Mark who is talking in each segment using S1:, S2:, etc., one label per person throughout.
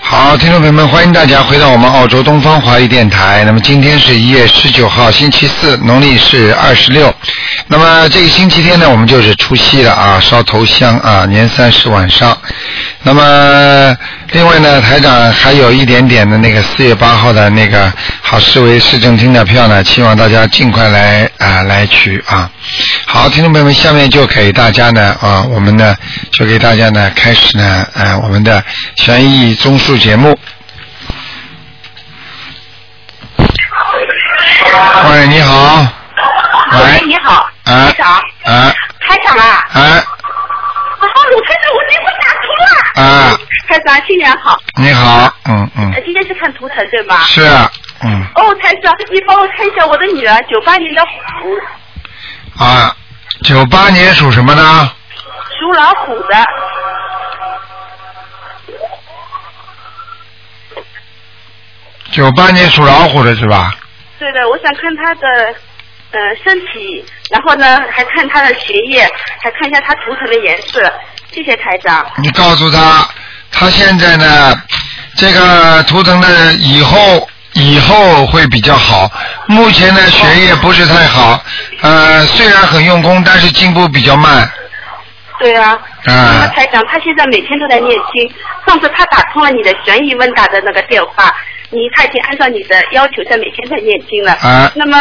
S1: 朋友们，欢迎大家回到我们澳洲东方华语电台。那么今天是一月十九号，星期四，农历是二十六。那么这个星期天呢，我们就是除夕了啊，烧头香啊，年三十晚上。那么另外呢，台长还有一点点的那个四月八号的那个好市委市政厅的票呢，希望大家尽快来啊、来取啊。好，听众朋友们，下面就给大家呢啊，我们呢就给大家呢开始呢呃我们的悬疑综述节目。喂，你好。
S2: 喂，你好，
S1: 啊
S2: 台长，
S1: 啊
S2: 台长啊，
S1: 啊
S2: 啊，鲁台长，我电话打通了。
S1: 啊！
S2: 台长，新年好，
S1: 你好，嗯嗯
S2: 呃，今天是看图腾对吗？
S1: 是啊，嗯
S2: 哦，台长，你帮我看一下我的女儿，九八年的虎，
S1: 啊，九八年属什么呢？
S2: 属老虎的，
S1: 九八年属老虎的是吧？
S2: 对的，我想看她的呃身体，然后呢还看她的学业，还看一下她图腾的颜色。谢谢台长。
S1: 你告诉他，他现在呢，这个图腾的以后以后会比较好。目前呢，学业不是太好，呃，虽然很用功，但是进步比较慢。
S2: 对啊，那么
S1: 啊、
S2: 台长，他现在每天都在念经。上次他打通了你的悬疑问答的那个电话，你他已经按照你的要求在每天在念经了。
S1: 啊
S2: 那么，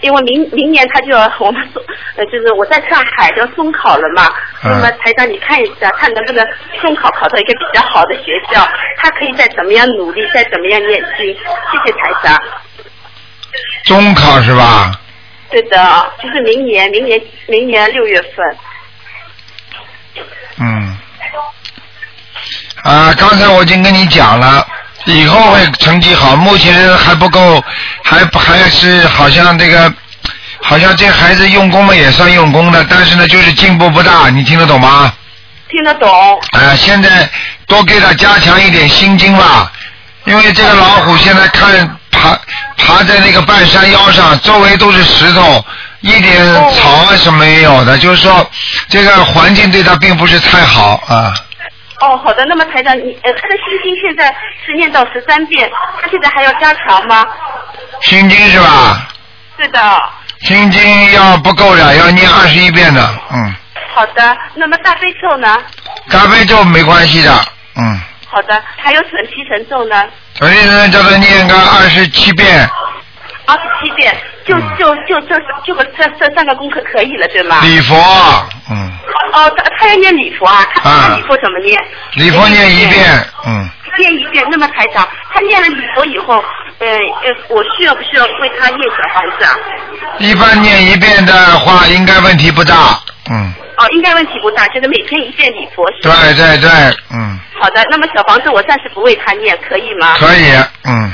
S2: 因为明明年他就要我们松，呃，就是我在上海就要中考了嘛。
S1: 嗯
S2: 那么台长，你看一下，看能不能中考考到一个比较好的学校，他可以再怎么样努力，再怎么样念经。谢谢台长。
S1: 中考是吧？
S2: 对的，就是明年，明年，明年六月份。
S1: 嗯。啊，刚才我已经跟你讲了，以后会成绩好，目前还不够，还还是好像这个，好像这孩子用功嘛也算用功的，但是呢就是进步不大，你听得懂吗？
S2: 听得懂？
S1: 啊，现在多给他加强一点心经吧，因为这个老虎现在看爬爬在那个半山腰上，周围都是石头，一点草啊什么没有的，就是说这个环境对他并不是太好啊。
S2: 哦，好的。那么台长，你呃，他的心经现在是念到十三遍，他现在还要加强吗？
S1: 心经是吧？
S2: 对的。
S1: 心经要不够的，要念二十一遍的，嗯，
S2: 好的。那么大悲咒呢？
S1: 大悲咒没关系的，嗯，
S2: 好的。还有准提神咒呢？
S1: 有些人叫他念个二十七遍，
S2: 二十七遍，就
S1: 嗯
S2: 就就这就个这这三个功课可以了，对吗？
S1: 礼佛，嗯，
S2: 哦，他他要念礼佛啊，他
S1: 啊
S2: 他礼佛怎么念？
S1: 礼佛念一。遍，嗯。
S2: 念一遍。那么台长，他念了礼佛以后，呃呃，我需要不需要为他念小房子啊？
S1: 一般念一遍的话，应该问题不大。嗯，
S2: 哦，应该问题不大，就是每天一遍礼佛是吧？
S1: 对对对，嗯，
S2: 好的，那么小房子我暂时不为他念，可以吗？
S1: 可以，嗯，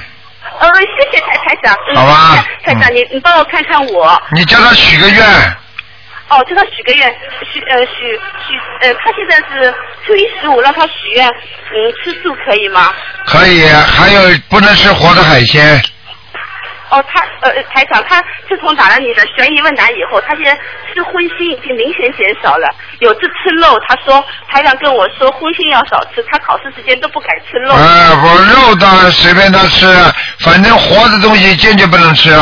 S2: 呃，谢谢台台长。嗯
S1: 好吧
S2: 台长，
S1: 嗯
S2: 你你帮我看看我，
S1: 你叫他许个愿，
S2: 哦，叫他许个愿，许呃许许呃，他现在是初一十五，让他许愿，嗯，吃素可以吗？
S1: 可以。还有不能吃活的海鲜，
S2: 哦，他呃台长，他自从打了你的悬疑问答以后，他现在吃荤腥已经明显减少了。有次吃肉，他说台长跟我说荤腥要少吃，他考试时间都不敢吃肉。
S1: 呃，我肉倒随便他吃，反正活的东西坚决不能吃。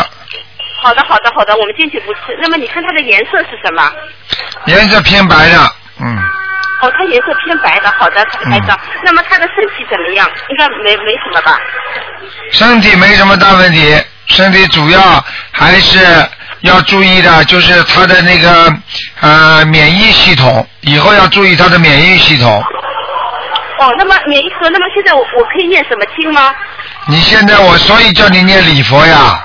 S2: 好的，好的，好的，我们坚决不吃。那么你看它的颜色是什么？
S1: 颜色偏白的，嗯，
S2: 哦，它颜色偏白的，好的，台长。那么它的身体怎么样？应该没没什么吧？
S1: 身体没什么大问题，身体主要还是要注意的，就是他的那个呃免疫系统，以后要注意他的免疫系统。
S2: 哦，那么免疫科，那么现在我我可以念什么经吗？
S1: 你现在我所以叫你念礼佛呀，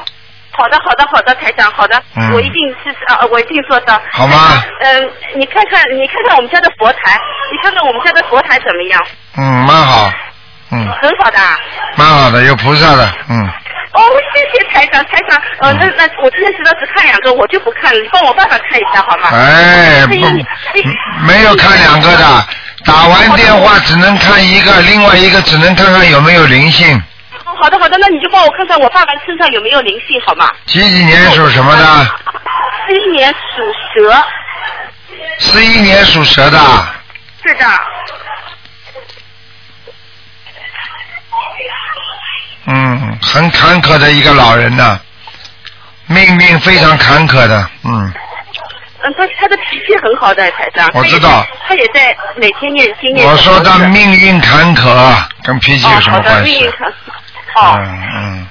S2: 好的，好的，好的，台长，好的，
S1: 嗯
S2: 我一定是啊，我一定做到。
S1: 好吗
S2: 嗯、你看看，你看看我们家的佛台，你看看我们家的佛台怎么样？
S1: 嗯，蛮好，嗯，
S2: 很好的、啊。
S1: 蛮好的，有菩萨的，嗯，
S2: 哦，谢谢台长，台长，呃，那那我今天知道只看两个，我就不看了，你帮我爸爸看一下好吗？
S1: 哎，不
S2: 哎啊呀，哎
S1: 没有看两个的，打完电话只能看一个，另外一个只能看看有没有灵性。
S2: 哦好的好的，那你就帮我看看我爸爸身上有没有灵性好吗？
S1: 几几年属什么
S2: 哎
S1: 的？
S2: 四一年属蛇，
S1: 四一年属蛇的，
S2: 是的。
S1: 嗯很坎坷的一个老人呐、命运非常坎坷的，嗯，
S2: 嗯，他他的脾气很好的台长，
S1: 我知道
S2: 他也在，他也在每天念经念。
S1: 我说他命运坎坷跟脾气有什么
S2: 哦，好的，
S1: 关
S2: 命运
S1: 系？
S2: 坎坷。哦，
S1: 嗯嗯，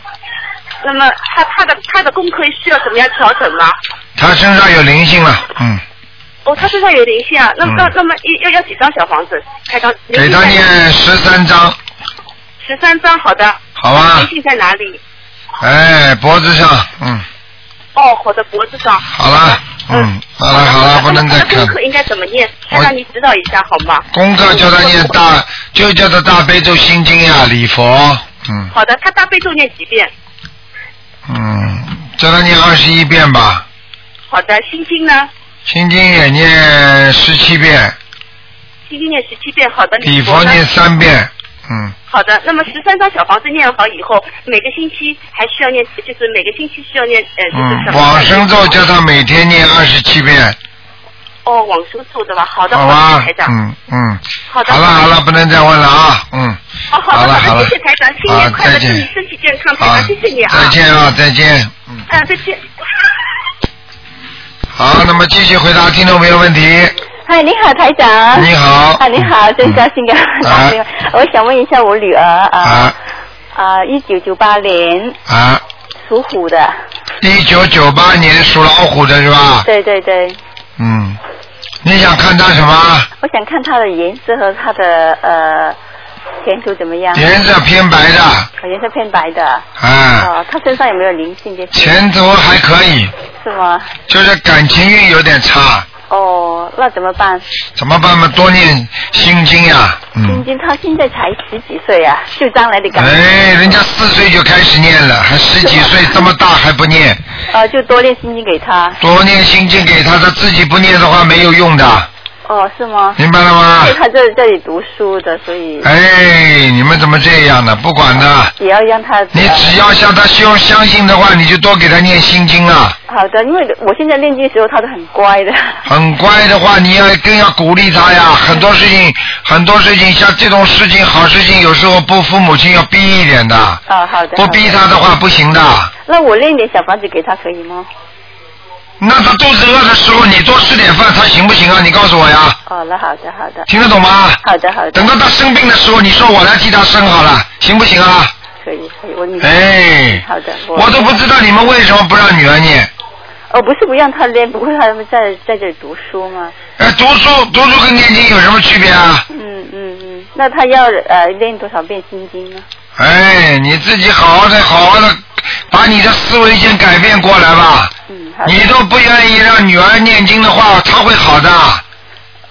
S2: 那么他他的他的功课需要怎么样调整吗？
S1: 他身上有灵性了，嗯，
S2: 哦，他身上有灵性啊，那
S1: 嗯
S2: 那那么要要要几张小房子？台长，
S1: 给他念十三章，
S2: 十三张，好的。
S1: 好啊吧
S2: 灵？性在哪里？
S1: 哎，脖子上，嗯，
S2: 哦，好的，脖子上。
S1: 好了，嗯，好了好了，不能再
S2: 那
S1: 看
S2: 功。课应该怎么念？台
S1: 我
S2: 长，你指导一下好吗？
S1: 功课叫他念大，就叫他大悲咒心经呀，礼佛，嗯
S2: 好的，他大悲咒念几遍？
S1: 嗯，叫他念二十一遍吧，
S2: 好的，心经呢？
S1: 心经也念十七遍，
S2: 心经念十七遍，好的。
S1: 礼佛
S2: 呢？
S1: 念三遍，嗯，
S2: 好的，那么十三张小房子念好以后，每个星期还需要念，就是每个星期需要念，呃，就是
S1: 嗯，
S2: 什么
S1: 往生咒叫他每天念二十七遍，
S2: 哦，往生咒对吧？好的，的，
S1: 好吧
S2: 台？长，
S1: 嗯嗯，
S2: 好的，
S1: 好了好了，不能再问了啊，嗯，
S2: 哦，好
S1: 好
S2: 的，
S1: 了好
S2: 好
S1: 了
S2: 的，谢谢台长，新
S1: 好
S2: 年快
S1: 再
S2: 乐，祝
S1: 见
S2: 你身体健康，台
S1: 好
S2: 长，谢谢你，啊，
S1: 再见啊，再见，嗯。
S2: 嗯，再见。
S1: 好，那么继续回答听众朋友问题。
S3: 嗨，哎你好，台长。
S1: 哎你好。嗯
S3: 啊，你好，真高兴跟打电话。 我想问一下我女儿啊
S1: 啊
S3: 啊，一九九八年
S1: 啊！
S3: 属虎的，
S1: 一九九八年属老虎的是吧？
S3: 对对对，
S1: 嗯。你想看他什么？
S3: 我想看她的颜色和她的呃前途怎么样？
S1: 颜色偏白的，
S3: 我颜色偏白的，
S1: 啊，
S3: 哦，她身上有没有灵性这些？
S1: 前途还可以，
S3: 是吗？
S1: 就是感情运有点差，
S3: 哦，那怎么办？
S1: 怎么办嘛？多念心经呀、
S3: 晶
S1: 嗯。
S3: 晶她现在才十几岁啊，就将来的感觉。
S1: 哎，人家四岁就开始念了，还十几岁这么大还不念，
S3: 呃，就多练心经给她。
S1: 多念心经给他，他自己不念的话没有用的，
S3: 哦，是吗？
S1: 明白了吗
S3: 因为？她在这里读书的，所以
S1: 嗯啊哎，你们怎么这样呢？不管的，
S3: 也要让她。
S1: 你只要向他相相信的话，你就多给他念心经啊。
S3: 好的，因为我现在练经的时候，他都很乖 的。
S1: 很乖的话，你要更要鼓励他呀。很多事情，很多事情，像这种事情，好事情，有时候不父母亲要逼一点的，
S3: 啊，好的。
S1: 不逼
S3: 好的
S1: 他的话不行的。
S3: 那我练一点小房子给他可以吗？
S1: 那他肚子饿的时候，你多吃点饭，他行不行啊？你告诉我呀，
S3: 哦，那好的，好的，
S1: 听得懂吗？
S3: 好的，好的
S1: 等，到他生病的时候，你说我来替他生好了，行不行啊？
S3: 可以，可以，我明白。
S1: 哎，
S3: 嗯好的，我
S1: 我都不知道你们为什么不让女儿念。
S3: 哦，不是不让他练，不会他们在在这里读书吗？
S1: 呃，读书读书跟念经有什么区别啊？
S3: 嗯嗯嗯，那他要呃练多少遍心经呢？
S1: 哎，你自己好好的，好好的，把你的思维先改变过来吧。
S3: 嗯，好的。
S1: 你都不愿意让女儿念经的话，她会好的。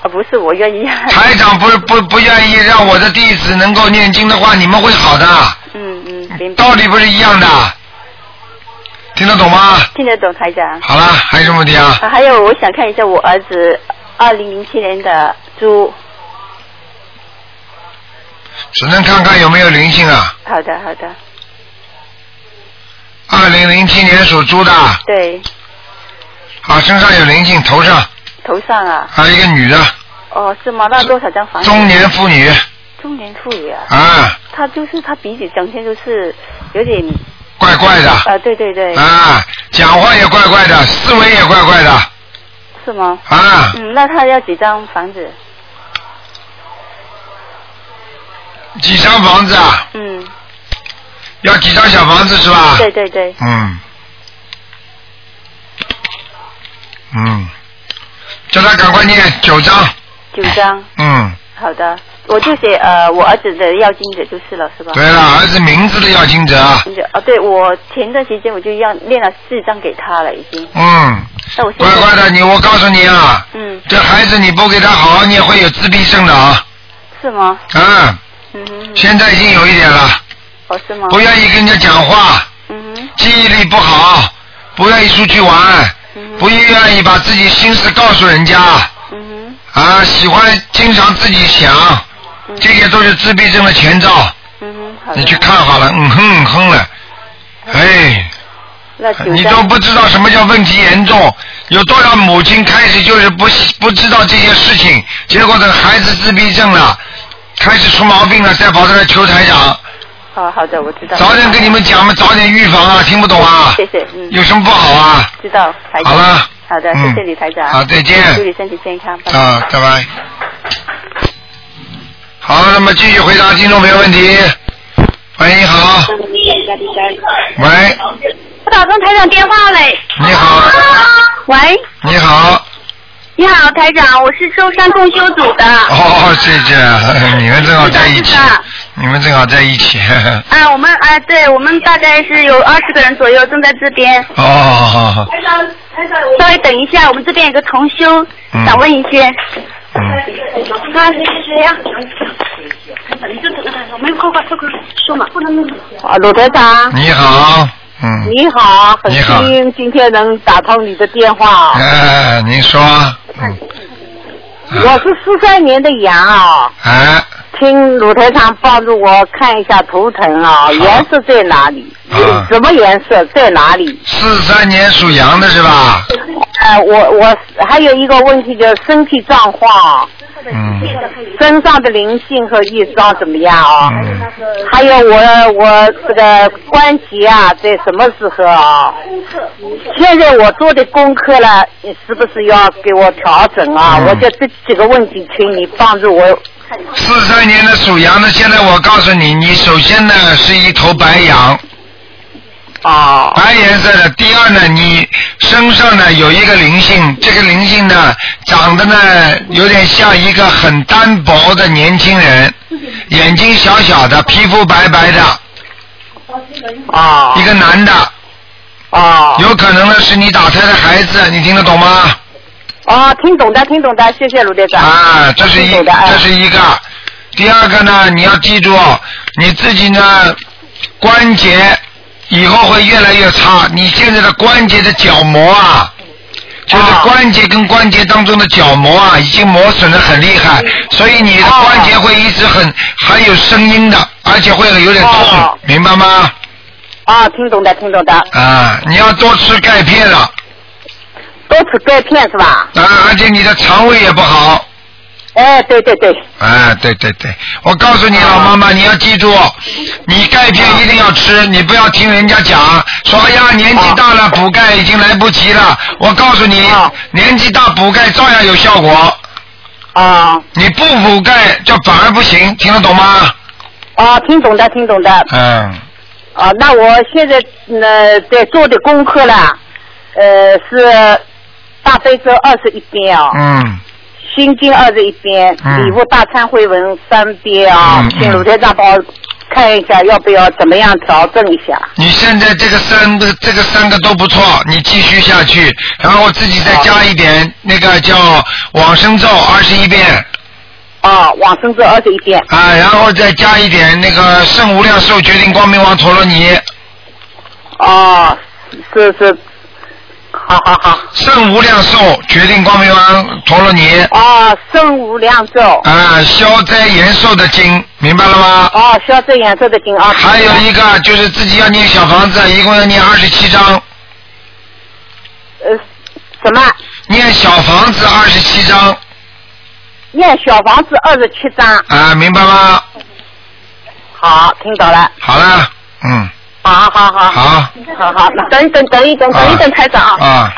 S3: 哦，不是我愿意。
S1: 台长不不不愿意让我的弟子能够念经的话，你们会好的，
S3: 嗯嗯，明白。
S1: 道理不是一样的。听得懂吗？
S3: 听得懂台长。
S1: 好了，还有什么问题啊？
S3: 啊，还有我想看一下我儿子，二零零七年的猪。
S1: 只能看看有没有灵性啊。
S3: 好的，好的，
S1: 二零零七年属猪的，啊，
S3: 对，
S1: 身上有灵性，头上
S3: 头上啊。
S1: 还有一个女的，
S3: 哦，是吗？那多少张房子？
S1: 中年妇女
S3: 中年妇女啊，
S1: 啊，
S3: 她就是她鼻子整天都是有点
S1: 怪怪的。
S3: 啊，对对对，
S1: 啊，讲话也怪怪的，思维也怪怪的
S3: 是吗？
S1: 啊，
S3: 嗯，那她要几张房子？
S1: 几张房子啊？
S3: 嗯，
S1: 要几张小房子是吧？
S3: 对对对，
S1: 嗯，嗯，叫他赶快念九张。
S3: 九张。
S1: 嗯，
S3: 好的，我就写呃我儿子的要经者就是了，是吧？
S1: 对了，儿子名字的要经啊者。
S3: 经者。哦，对，我前段时间我就要练了四张给他了，已经。
S1: 嗯，
S3: 那我现
S1: 乖
S3: 在。
S1: 乖的，你我告诉你啊，
S3: 嗯，
S1: 这孩子你不给他好好念，会有自闭症的啊。
S3: 是吗？
S1: 嗯，
S3: 嗯哼，
S1: 现在已经有一点了，
S3: 哦，是吗？
S1: 不愿意跟人家讲话，
S3: 嗯哼，
S1: 记忆力不好，不愿意出去玩。
S3: 嗯
S1: 不
S3: 哼，
S1: 愿意把自己心事告诉人家
S3: 嗯
S1: 啊，喜欢经常自己想，
S3: 哼，
S1: 这些都是自闭症的前兆。
S3: 嗯哼，好的。
S1: 你去看好了，嗯哼嗯哼了，哎，
S3: 那九张。
S1: 你都不知道什么叫问题严重，有多少母亲开始就是不不知道这些事情，结果等孩子自闭症了，开始出毛病了，再跑这来求台长，
S3: 哦，好的，我知道。
S1: 早点跟你们讲嘛，早点预防啊，听不懂啊？
S3: 谢谢，嗯，
S1: 有什么不好啊？
S3: 知道，台长。
S1: 好了
S3: 好的，谢谢
S1: 嗯
S3: 李台长。
S1: 好再见
S4: 嗯
S3: 祝你身体健康。拜拜
S1: 啊，拜拜。好，那么继续回答听众朋友问题。喂，你好。喂，
S5: 我打通台长电话嘞。
S1: 你好， 啊
S5: 喂，
S1: 你好。哦
S5: 你好，台长，我是舟山共修组的。
S1: 哦，谢 谢，你们正好在一起
S5: 是的是的，
S1: 你们正好在一起。
S5: 啊，我们啊，对，我们大概是有二十个人左右，正在这边。
S1: 哦，好好 好，
S5: 台长，台长，稍微等一下，我们这边有个同修
S1: 嗯
S5: 想问一些。
S1: 嗯，
S5: 啊，谁谁谁呀？你就等我们快快快快说嘛，不能那么。
S2: 啊，鲁台长，
S1: 你好，嗯，
S2: 你好，很
S1: 你好
S2: 幸运今天能打通你的电话。啊
S1: 哎，啊您说，嗯，
S2: 我是四三年的羊啊，
S1: 哎，
S2: 请鲁台长帮助我看一下图腾啊，颜色在哪里？
S1: 啊
S2: 什么颜色在哪里？
S1: 四三年属羊的是吧？
S5: 嗯
S2: 呃，我我还有一个问题就是身体状况，啊
S1: 嗯
S2: 身上的灵性和业障怎么样啊？
S1: 嗯，
S2: 还有我我这个关节啊，在什么时候啊？现在我做的功课了，你是不是要给我调整啊？
S1: 嗯
S2: 我就这几个问题，请你帮助我。
S1: 四三年的属羊的，现在我告诉你，你首先呢是一头白羊，
S2: 哦
S1: 白颜色的。第二呢，你身上呢有一个灵性，这个灵性呢长得呢有点像一个很单薄的年轻人，眼睛小小的，皮肤白白的，
S2: 哦
S1: 一个男的，
S2: 哦
S1: 有可能呢是你打胎的孩子，你听得懂吗？
S2: 哦，听懂的，听懂的，谢谢卢队长。
S1: 啊，这是一
S2: 听懂的，哎
S1: 这是一个。第二个呢，你要记住你自己呢关节以后会越来越差，你现在的关节的角膜啊。就是
S2: 啊
S1: 关节跟关节当中的角膜啊，已经磨损的很厉
S2: 嗯
S1: 害，所以你的
S2: 哦
S1: 关节会一直很还有声音的，而且会有点痛
S2: 哦，
S1: 明白吗？
S2: 啊，听懂的，听懂的，
S1: 啊，你要多吃钙片了，
S2: 多吃钙片是吧？
S1: 啊，而且你的肠胃也不好，
S2: 哎，对对对，
S1: 哎，对对对，我告诉你，老妈妈，你要记住，你钙片一定要吃，你不要听人家讲说哎呀年纪大了补钙已经来不及了。我告诉你
S2: 啊，
S1: 年纪大补钙照样有效果，
S2: 啊
S1: 你不补钙就反而不行，听得懂吗？
S2: 啊，听懂的，听懂的。
S1: 嗯，
S2: 啊，那我现在呃在做的功课啦，呃是大悲咒二十一遍啊、
S1: 嗯，
S2: 心经二十一遍，
S1: 嗯
S2: 礼佛大忏悔文三遍啊、
S1: 嗯
S2: 请
S1: 嗯
S2: 卢台长帮我看一下，要不要怎么样调整一下？
S1: 你现在这个三个这个三个都不错，你继续下去，然后自己再加一点那个叫往生咒二十一遍
S2: 啊，往生咒二十一遍，
S1: 啊，然后再加一点那个圣无量寿决定光明王陀罗尼。
S2: 哦，是是，好好好，
S1: 圣无量寿决定光明王陀罗尼
S2: 哦，圣无量咒，
S1: 啊，消灾延寿的经，明白了吗？
S2: 哦，消这颜色的经啊，
S1: 还有一个就是自己要念小房子，一共要念二十七章，
S2: 呃什么
S1: 念小房子二十七章
S2: 念小房子二十七章，
S1: 啊，明白吗？
S2: 好，听懂了。
S1: 好了，嗯，
S2: 好好好
S1: 好
S2: 好好，那等一等，等一等，
S1: 啊
S2: 等一等，台长啊，
S1: 啊，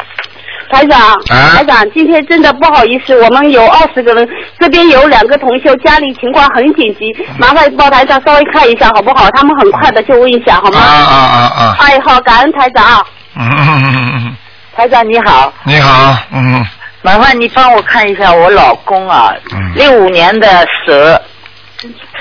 S5: 台长，
S1: 啊
S5: 台长，今天真的不好意思，我们有二十个人，这边有两个同修家里情况很紧急，
S1: 嗯
S5: 麻烦报台长稍微看一下好不好？他们很快的就问一下好
S1: 啊啊
S5: 吗？
S1: 啊啊，
S5: 哎，好，感恩台长啊。
S1: 嗯嗯嗯嗯嗯，
S6: 台长你好，
S1: 你好，嗯
S6: 麻烦你帮我看一下我老公啊
S1: 嗯，
S6: 六五年的蛇，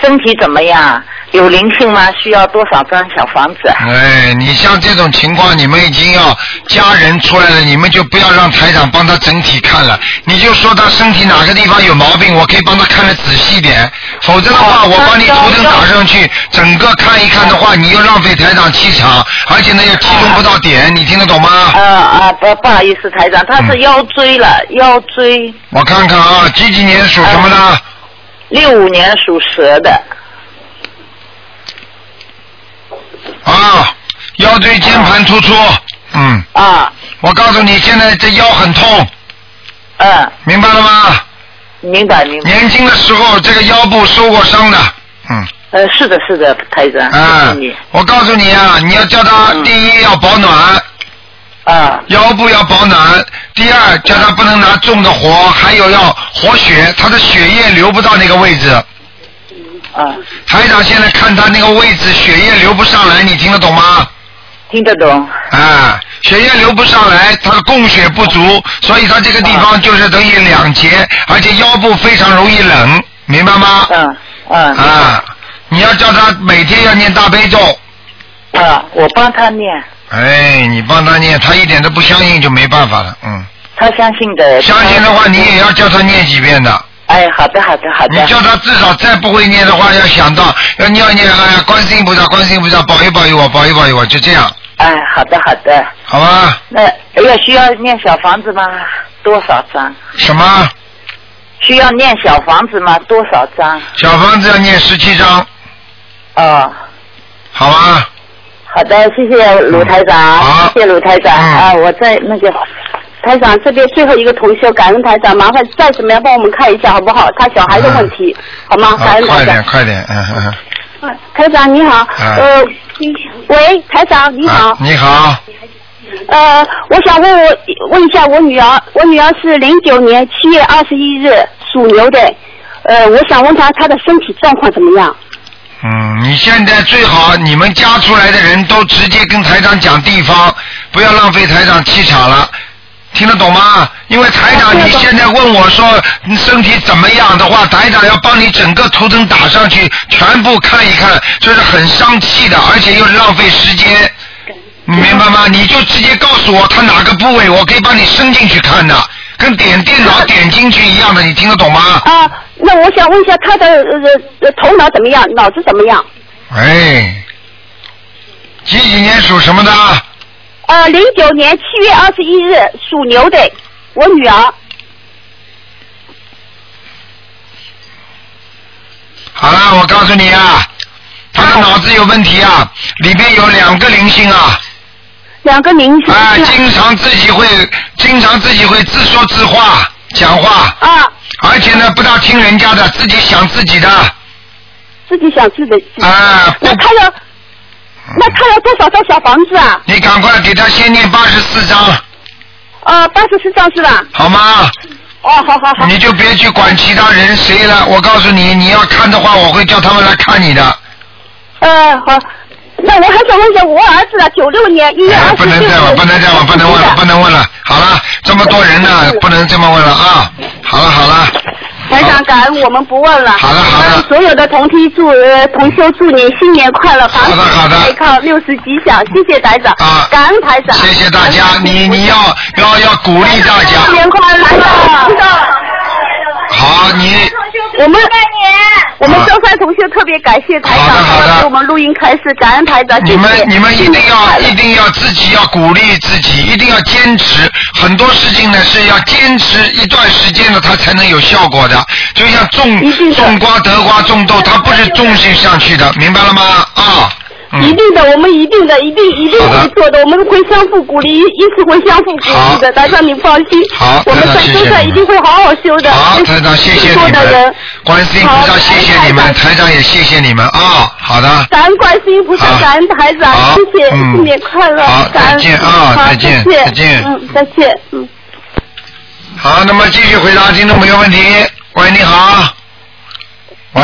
S6: 身体怎么样？有灵性吗？需要多少张小房子？
S1: 哎，你像这种情况，你们已经要家人出来了，你们就不要让台长帮他整体看了，你就说他身体哪个地方有毛病，我可以帮他看得仔细点，否则的话，
S6: 哦
S1: 我帮你
S6: 那
S1: 图腾
S6: 那
S1: 打上去，整个看一看的话，你又浪费台长气场，而且呢又集中不到点，你听得懂吗
S6: 啊？啊，不不好意思，台长，他是
S1: 嗯
S6: 腰椎了，腰椎
S1: 我看看啊，几几年属什么的？
S6: 六五年属蛇的，
S1: 啊，腰椎间盘突出，嗯，
S6: 啊，
S1: 我告诉你，现在这腰很痛，
S6: 嗯，
S1: 明白了吗？
S6: 明白明白，
S1: 年轻的时候这个腰部受过伤的，嗯，
S6: 呃，是的，是的，台长，
S1: 啊
S6: 谢谢
S7: 嗯
S6: 你，
S1: 我告诉你啊，你要叫他第一要保暖，
S6: 啊，
S1: 腰部要保暖；第二叫他不能拿重的活，还有要活血，他的血液流不到那个位置。
S6: 啊，
S1: 台长现在看他那个位置，血液流不上来，你听得懂吗？
S6: 听得懂，
S1: 啊，血液流不上来，他的供血不足，所以他这个地方就是等于两节，而且腰部非常容易冷，明白吗？
S6: 嗯、嗯、
S1: 啊，你要叫他每天要念大悲咒。
S6: 啊，我帮他念，
S1: 哎，你帮他念，他一点都不相信就没办法了，嗯。
S6: 他相信的，
S1: 相信的话，你也要叫他念几遍的。
S6: 哎，好的，好的，好
S1: 你
S6: 的，
S1: 叫他至少再不会念的话，要想到要念一念，哎呀，观世音菩萨，观世音菩萨，保佑保佑我，保佑保佑我，就这样，
S6: 哎，好的，好的，
S1: 好吧？
S6: 那要需要念小房子吗？多少张？
S1: 什么？
S6: 需要念小房子吗？多少张？
S1: 小房子要念十七章，
S6: 哦，
S1: 好吧？
S2: 好的，谢谢鲁台
S1: 好
S7: 嗯
S2: 长，谢谢鲁台长、
S1: 嗯
S2: 啊！我在那个台长这边最后一个同修，感恩台长，麻烦再怎么样帮我们看一下好不好？他小孩的问题，好吗？
S1: 好，
S2: 感恩
S1: 啊快
S2: 台
S1: 点
S2: 长。
S1: 快点，嗯嗯。
S2: 台长你好，
S1: 嗯
S2: 呃，喂，台长
S1: 嗯
S2: 你好
S1: 啊，你好，
S2: 呃，我想问我问一下我女儿，我女儿是零九年七月二十一日属牛的，呃，我想问她她的身体状况怎么样？
S1: 嗯，你现在最好你们家出来的人都直接跟台长讲地方，不要浪费台长气场了。听得懂吗？因为台长，你现在问我说你身体怎么样的话，台长要帮你整个图腾打上去，全部看一看，这是很伤气的，而且又浪费时间。你明白吗？你就直接告诉我他哪个部位，我可以帮你伸进去看的，跟点电脑点进去一样的，你听得懂吗？
S2: 啊、那我想问一下她的呃呃头脑怎么样，脑子怎么样？
S1: 哎，几几年属什么的？
S2: 呃，零九年七月二十一日属牛的，我女儿。
S1: 好了，我告诉你啊，他的脑子有问题啊，里边有两个灵性啊，
S2: 两个名字
S1: 啊，
S2: 是
S1: 经常自己会，经常自己会自说自话讲话，
S2: 啊，
S1: 而且呢不大听人家的，自己想自己的，
S2: 自己想治的。
S1: 啊，
S2: 那她要，那她要多少张小房子啊？
S1: 你赶快给他先念八十四章，
S2: 呃，八十四张是吧？
S1: 好吗？
S2: 哦，
S1: 啊
S2: 好好好。
S1: 你就别去管其他人谁了，我告诉你，你要看的话，我会叫他们来看你的。
S2: 呃，好。那我还想问一下，我儿子啊，九六年一月
S1: 哎
S2: 二
S1: 不
S2: 十
S1: 能
S2: 六
S1: 再
S2: 日
S1: 问，不能再问，不能问了，不能问了。好了，这么多人呢，不能这么问了啊。好了好了，
S2: 台长，感恩我们不问了。
S1: 好的好的
S2: 帮所有的同梯祝呃同修祝你新年快乐，
S1: 好的好的
S2: 健康，六十吉祥，谢谢台长，
S1: 啊
S2: 感恩台长，
S1: 谢谢大家，你你要要要鼓励大家。
S2: 新年快乐，
S1: 好，你
S2: 我们我们
S1: 啊
S2: 舟山同学特别感谢台
S1: 好的
S2: 长
S1: 好的
S2: 给我们录音开始，感恩台长，谢
S1: 你
S2: 谢
S1: 们你们一
S2: 新
S1: 定
S2: 年快
S1: 要
S2: 乐
S1: 一定要自己要鼓励自己，一定要坚持。很多事情呢是要坚持一段时间的，它才能有效果的。就像
S2: 一定
S1: 种
S2: 的
S1: 种瓜得瓜，种豆它不是种性上去的，明白了吗？啊，
S2: 一
S1: 嗯，
S2: 定的，我们一定的，一定一定
S1: 好
S2: 会
S1: 的
S2: 做的，我们会相互鼓励，一直会相互鼓
S1: 好
S2: 励的，台长你放心，
S1: 好
S2: 我们
S1: 台长
S2: 在
S1: 谢谢
S2: 舟山
S1: 你们
S2: 一定会好好修的，
S1: 好，台长，谢谢你
S2: 更多的
S1: 们
S2: 人，
S1: 观世音菩萨，谢谢你们，台长也谢谢你们啊，好的，
S2: 感恩观世音菩萨
S1: 好，
S2: 感恩台长
S1: 好，
S2: 谢谢，
S1: 嗯
S2: 新年快乐，
S1: 好
S2: 感恩
S1: 再见啊
S2: 好
S1: 再见
S2: 谢谢
S1: 再见
S2: 嗯，再见，嗯。
S1: 好，那么继续回答听众朋友问题。喂，你好，喂，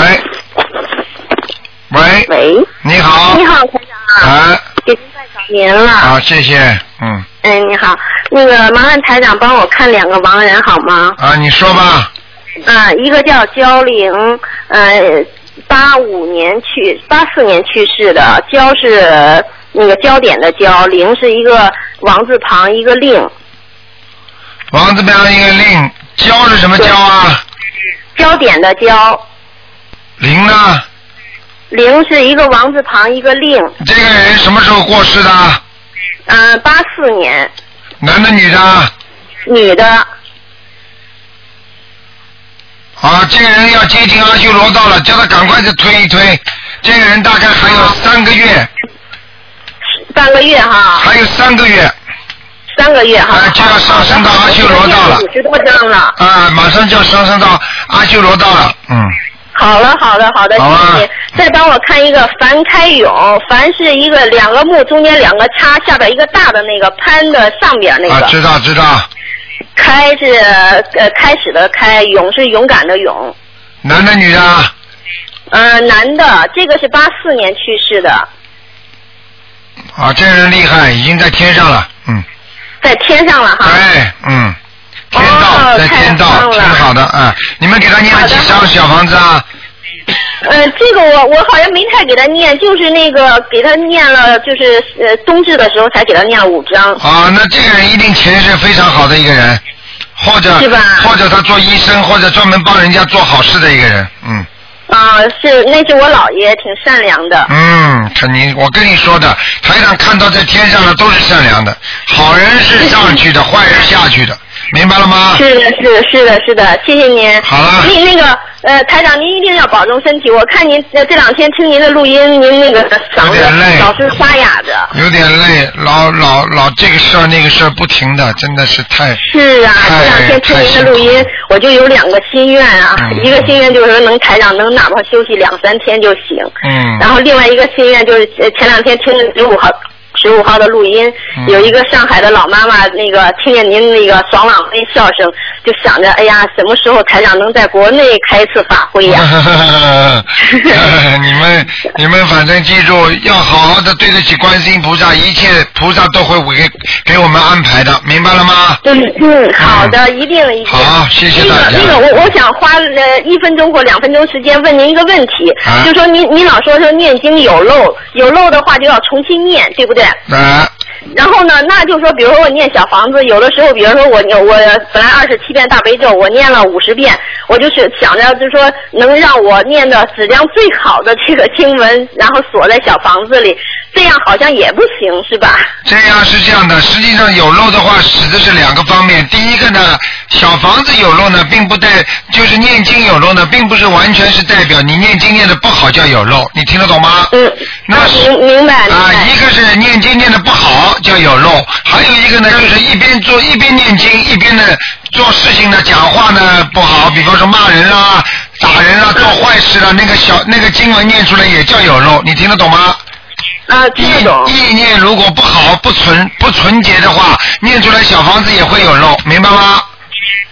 S1: 喂，
S8: 喂，
S1: 你好，
S8: 你好，台长，
S1: 啊，
S8: 给您拜早年了。
S1: 好，谢谢，嗯，
S8: 哎，你好，那个麻烦台长帮我看两个亡人好吗？
S1: 啊，你说吧，
S8: 啊，一个叫焦玲，呃，八五年去，八四年去世的，焦是呃那个焦点的焦，玲是一个王字旁一个令，
S1: 王字边一个令，焦是什么焦啊？
S8: 焦点的焦，
S1: 林呢？
S8: 玲是一个王字旁一个令，
S1: 这个人什么时候过世的？
S8: 嗯、八四年，
S1: 男的女的？
S8: 女的，
S1: 啊，这个人要接近阿修罗道了，叫他赶快再推一推。这个人大概还有三个月，
S8: 半个月哈，
S1: 还有三个月
S8: 三个月哈
S1: 啊，，就要上升到阿修罗道了
S8: 五十多张了。
S1: 啊，马上就要上升到阿修罗道了。嗯，
S8: 好了，好的，好的，谢
S1: 好啊
S8: 谢你。再帮我看一个樊开勇，樊是一个两个木中间两个叉，下边一个大的那个潘的上边那个。
S1: 啊，知道知道，
S8: 开是呃开始的开，勇是勇敢的勇。
S1: 男的女的啊，
S8: 呃，男的，这个是八四年去世的，
S1: 啊，这人厉害，已经在天上了，嗯，
S8: 在天上了哈。
S1: 对，嗯，天道、
S8: 哦
S1: 在
S8: 太
S1: 天道，
S8: 棒了
S1: 挺好的啊。你们给他念了几
S8: 好
S1: 张小房子啊？
S8: 呃，这个我我好像没太给他念，就是那个给他念了，就是呃冬至的时候才给他念了五章。
S1: 啊，那这个人一定前世非常好的一个人，或者
S8: 是吧
S1: 或者他做医生，或者专门帮人家做好事的一个人，嗯
S8: 啊、是那是我姥爷，挺善良的。
S1: 嗯，肯定。我跟你说的，台上看到在天上的都是善良的，好人是上去 的，坏人下去的，明白了吗？
S8: 是的，是的，是的，是的，谢谢您。
S1: 好了
S8: 您那个呃，台长，您一定要保重身体。我看您呃这两天听您的录音，您那个嗓
S1: 有
S8: 子
S1: 点累
S8: 老是沙哑的。
S1: 有点累，老老老这个事儿那个事儿不停的，真的是太
S8: 是啊，
S1: 太
S8: 这两天听您的录
S1: 太辛
S8: 音
S1: 苦，
S8: 我就有两个心愿啊，
S1: 嗯
S8: 一个心愿就是说能台长能哪怕休息两三天就行，
S1: 嗯
S8: 然后另外一个心愿就是呃前两天听十五号十五号的录音，
S1: 嗯
S8: 有一个上海的老妈妈，那个听见您那个爽朗那笑声，就想着哎呀，什么时候台长能在国内开一次法会呀、
S1: 你们你们反正记住，要好好的对得起观世音菩萨，一切菩萨都会给给我们安排的，明白了吗？
S8: 就是嗯，好的，一定一定。
S1: 好啊谢谢大家
S8: 那个那个，我我想花呃一分钟或两分钟时间问您一个问题，
S1: 啊
S8: 就说您您老说说念经有漏，有漏的话就要重新念，对不对？
S1: 啊，
S8: 然后呢，那就说，比如说我念小房子，有的时候，比如说我我本来二十七遍大悲咒，我念了五十遍，我就是想着，就是说能让我念的质量最好的这个经文，然后锁在小房子里，这样好像也不行，是吧？
S1: 这样是这样的，实际上有漏的话，指的是两个方面。第一个呢，小房子有漏呢，并不代就是念经有漏呢，并不是完全是代表你念经念的不好叫有漏，你听得懂吗？
S8: 嗯，
S1: 那是
S8: 明明白明
S1: 啊，
S8: 白。
S1: 一个是念经念的不好叫有漏，还有一个呢就是一边做一边念经，一边呢做事情呢讲话呢不好，比方说骂人啦、打人啦、做坏事啦，那个小那个经文念出来也叫有漏，你听得懂吗？
S8: 啊，听得懂
S1: 意。意念如果不好、不纯、不纯洁的话，念出来小房子也会有漏，明白吗？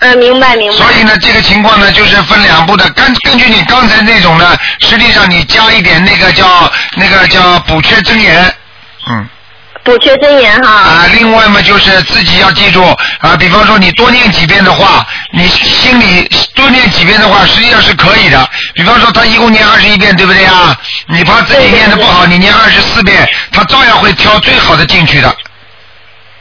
S2: 呃
S8: 嗯，明白明白。
S1: 所以呢，这个情况呢，就是分两步的。根根据你刚才那种呢，实际上你加一点那个叫那个叫补缺真言，嗯。
S8: 补缺真言哈。
S1: 啊，另外嘛，就是自己要记住啊，比方说你多念几遍的话，你心里多念几遍的话，实际上是可以的。比方说他一共念二十一遍，对不对啊？你怕自己念的不好，你念二十四遍，他照样会挑最好的进去的，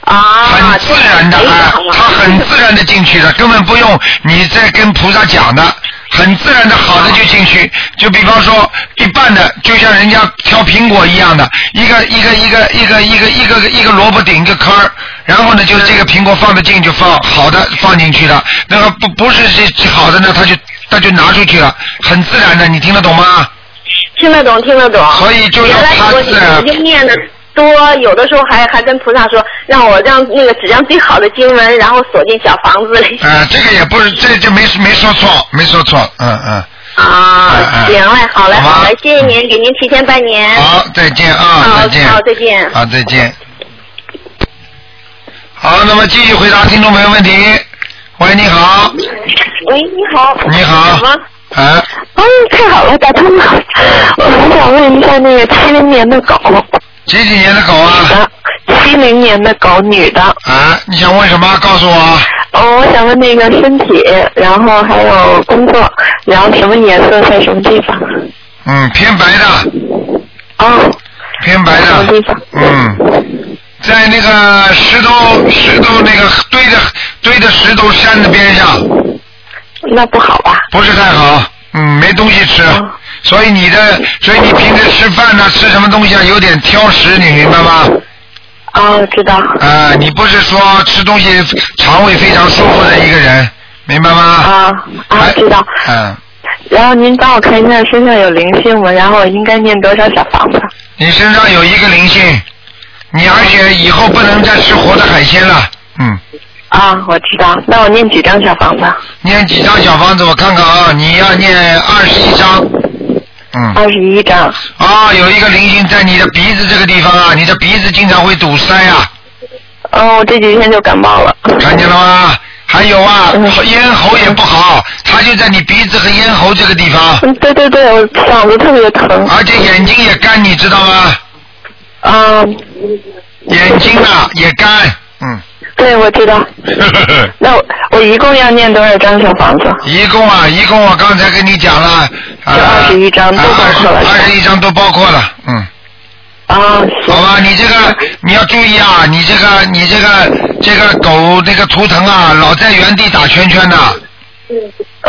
S8: 啊，哎
S1: 很自然的
S8: 这个
S1: 啊
S8: 非常，
S1: 他很自然的进去的，根本不用你再跟菩萨讲的。很自然的，好的就进去，就比方说一半的，就像人家挑苹果一样的，一个一个一个一个一个一个一个萝卜顶一个坑儿，然后呢，就这个苹果放得进就放好的放进去了，那个不不是这好的呢，他就他就拿出去了，很自然的，你听得懂吗？
S8: 听得懂，听得懂。
S1: 所以就要
S8: 原来
S1: 他
S8: 我
S1: 自然
S8: 已经念的多，有的时候还还跟菩萨说，让我让那个质量最好的经文，然后锁进小房子 里。
S1: 呃，这个也不是，这这没没说错，没说错，嗯嗯。
S8: 啊，
S1: 嗯嗯
S8: 行嘞，好嘞，
S1: 好吧
S8: 好嘞，谢谢您，给您提前拜年。
S1: 好，再见啊，
S8: 好
S1: 再见，
S8: 好再见
S1: 好，再见。好，那么继续回答听众朋友问题。喂，你好，
S7: 喂，你好。
S1: 你好
S7: 怎么？
S1: 啊，
S7: 哎，太好了，打通了。我想问一下那个七零年的狗，
S1: 几几年的狗啊？
S7: 啊，七零年的狗，女的。
S1: 啊，你想问什么？告诉我。
S7: 哦，我想问那个身体，然后还有工作，然后什么颜色，在什么地方？
S1: 嗯，偏白的，
S7: 哦，
S1: 偏白
S7: 什么
S1: 的
S7: 地方。？
S1: 哎嗯，在那个石头石头那个堆的堆的石头山的边上，
S7: 那不好吧？
S1: 不是太好。嗯，没东西吃，
S8: 哦
S1: 所以你的，所以你平时吃饭呢、吃什么东西啊，有点挑食，你明白吗？
S7: 哦，知道。
S1: 啊，你不是说吃东西肠胃非常舒服的一个人，明白吗？
S7: 啊啊
S1: 哎，
S7: 知道。
S1: 嗯，
S7: 然后您帮我看一下身上有灵性吗？然后我应该念多少小房子？
S1: 你身上有一个灵性，你而且以后不能再吃活的海鲜了。嗯，
S7: 啊，我知道。那我念几张小房子？
S1: 念几张小房子？我看看啊，你要念二十一张。嗯。
S7: 二十一张。
S1: 啊，有一个灵性在你的鼻子这个地方啊，你的鼻子经常会堵塞啊，
S7: 嗯，我这几天就感冒了。
S1: 看见了吗？还有啊，
S7: 嗯
S1: 咽喉也不好，它就在你鼻子和咽喉这个地方，
S7: 嗯，对对对，我嗓子特别疼。
S1: 而且眼睛也干，你知道吗？
S7: 啊，
S1: 眼睛啊也干， 嗯，
S7: 对，我知道。那我我一共要念多少张小房子？
S1: 一共啊，一共我刚才跟你讲了，
S7: 就
S1: 啊，
S7: 21张都包括了
S1: 二十一张都包括了，嗯。
S7: 啊，
S1: 好吧，你这个你要注意啊，你这个你这个这个狗这个图腾啊，老在原地打圈圈的、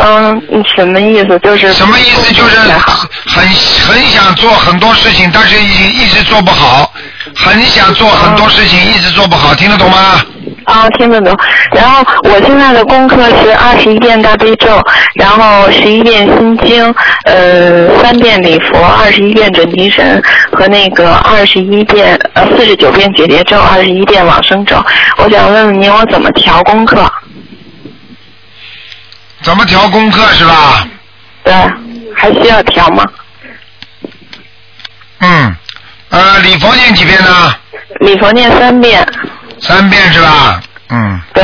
S7: 嗯，什么意思？就是
S1: 什么意思？就是
S7: 还好
S1: 很很想做很多事情，但是一一直做不好，很想做很多事
S7: 嗯
S1: 情，一直做不好，听得懂吗？
S7: 啊，听得懂。然后我现在的功课是二十一遍大悲咒，然后哦十一遍心经，呃，三遍礼佛，二十一遍准提神和那个二十一遍呃四十九遍解结咒，二十一遍往生咒。我想问问您，我怎么调功课？
S1: 怎么调功课是吧？
S7: 对，还需要调吗？
S1: 嗯，呃，礼佛念几遍呢？
S7: 礼佛念三遍，
S1: 三遍是吧？嗯，
S7: 对，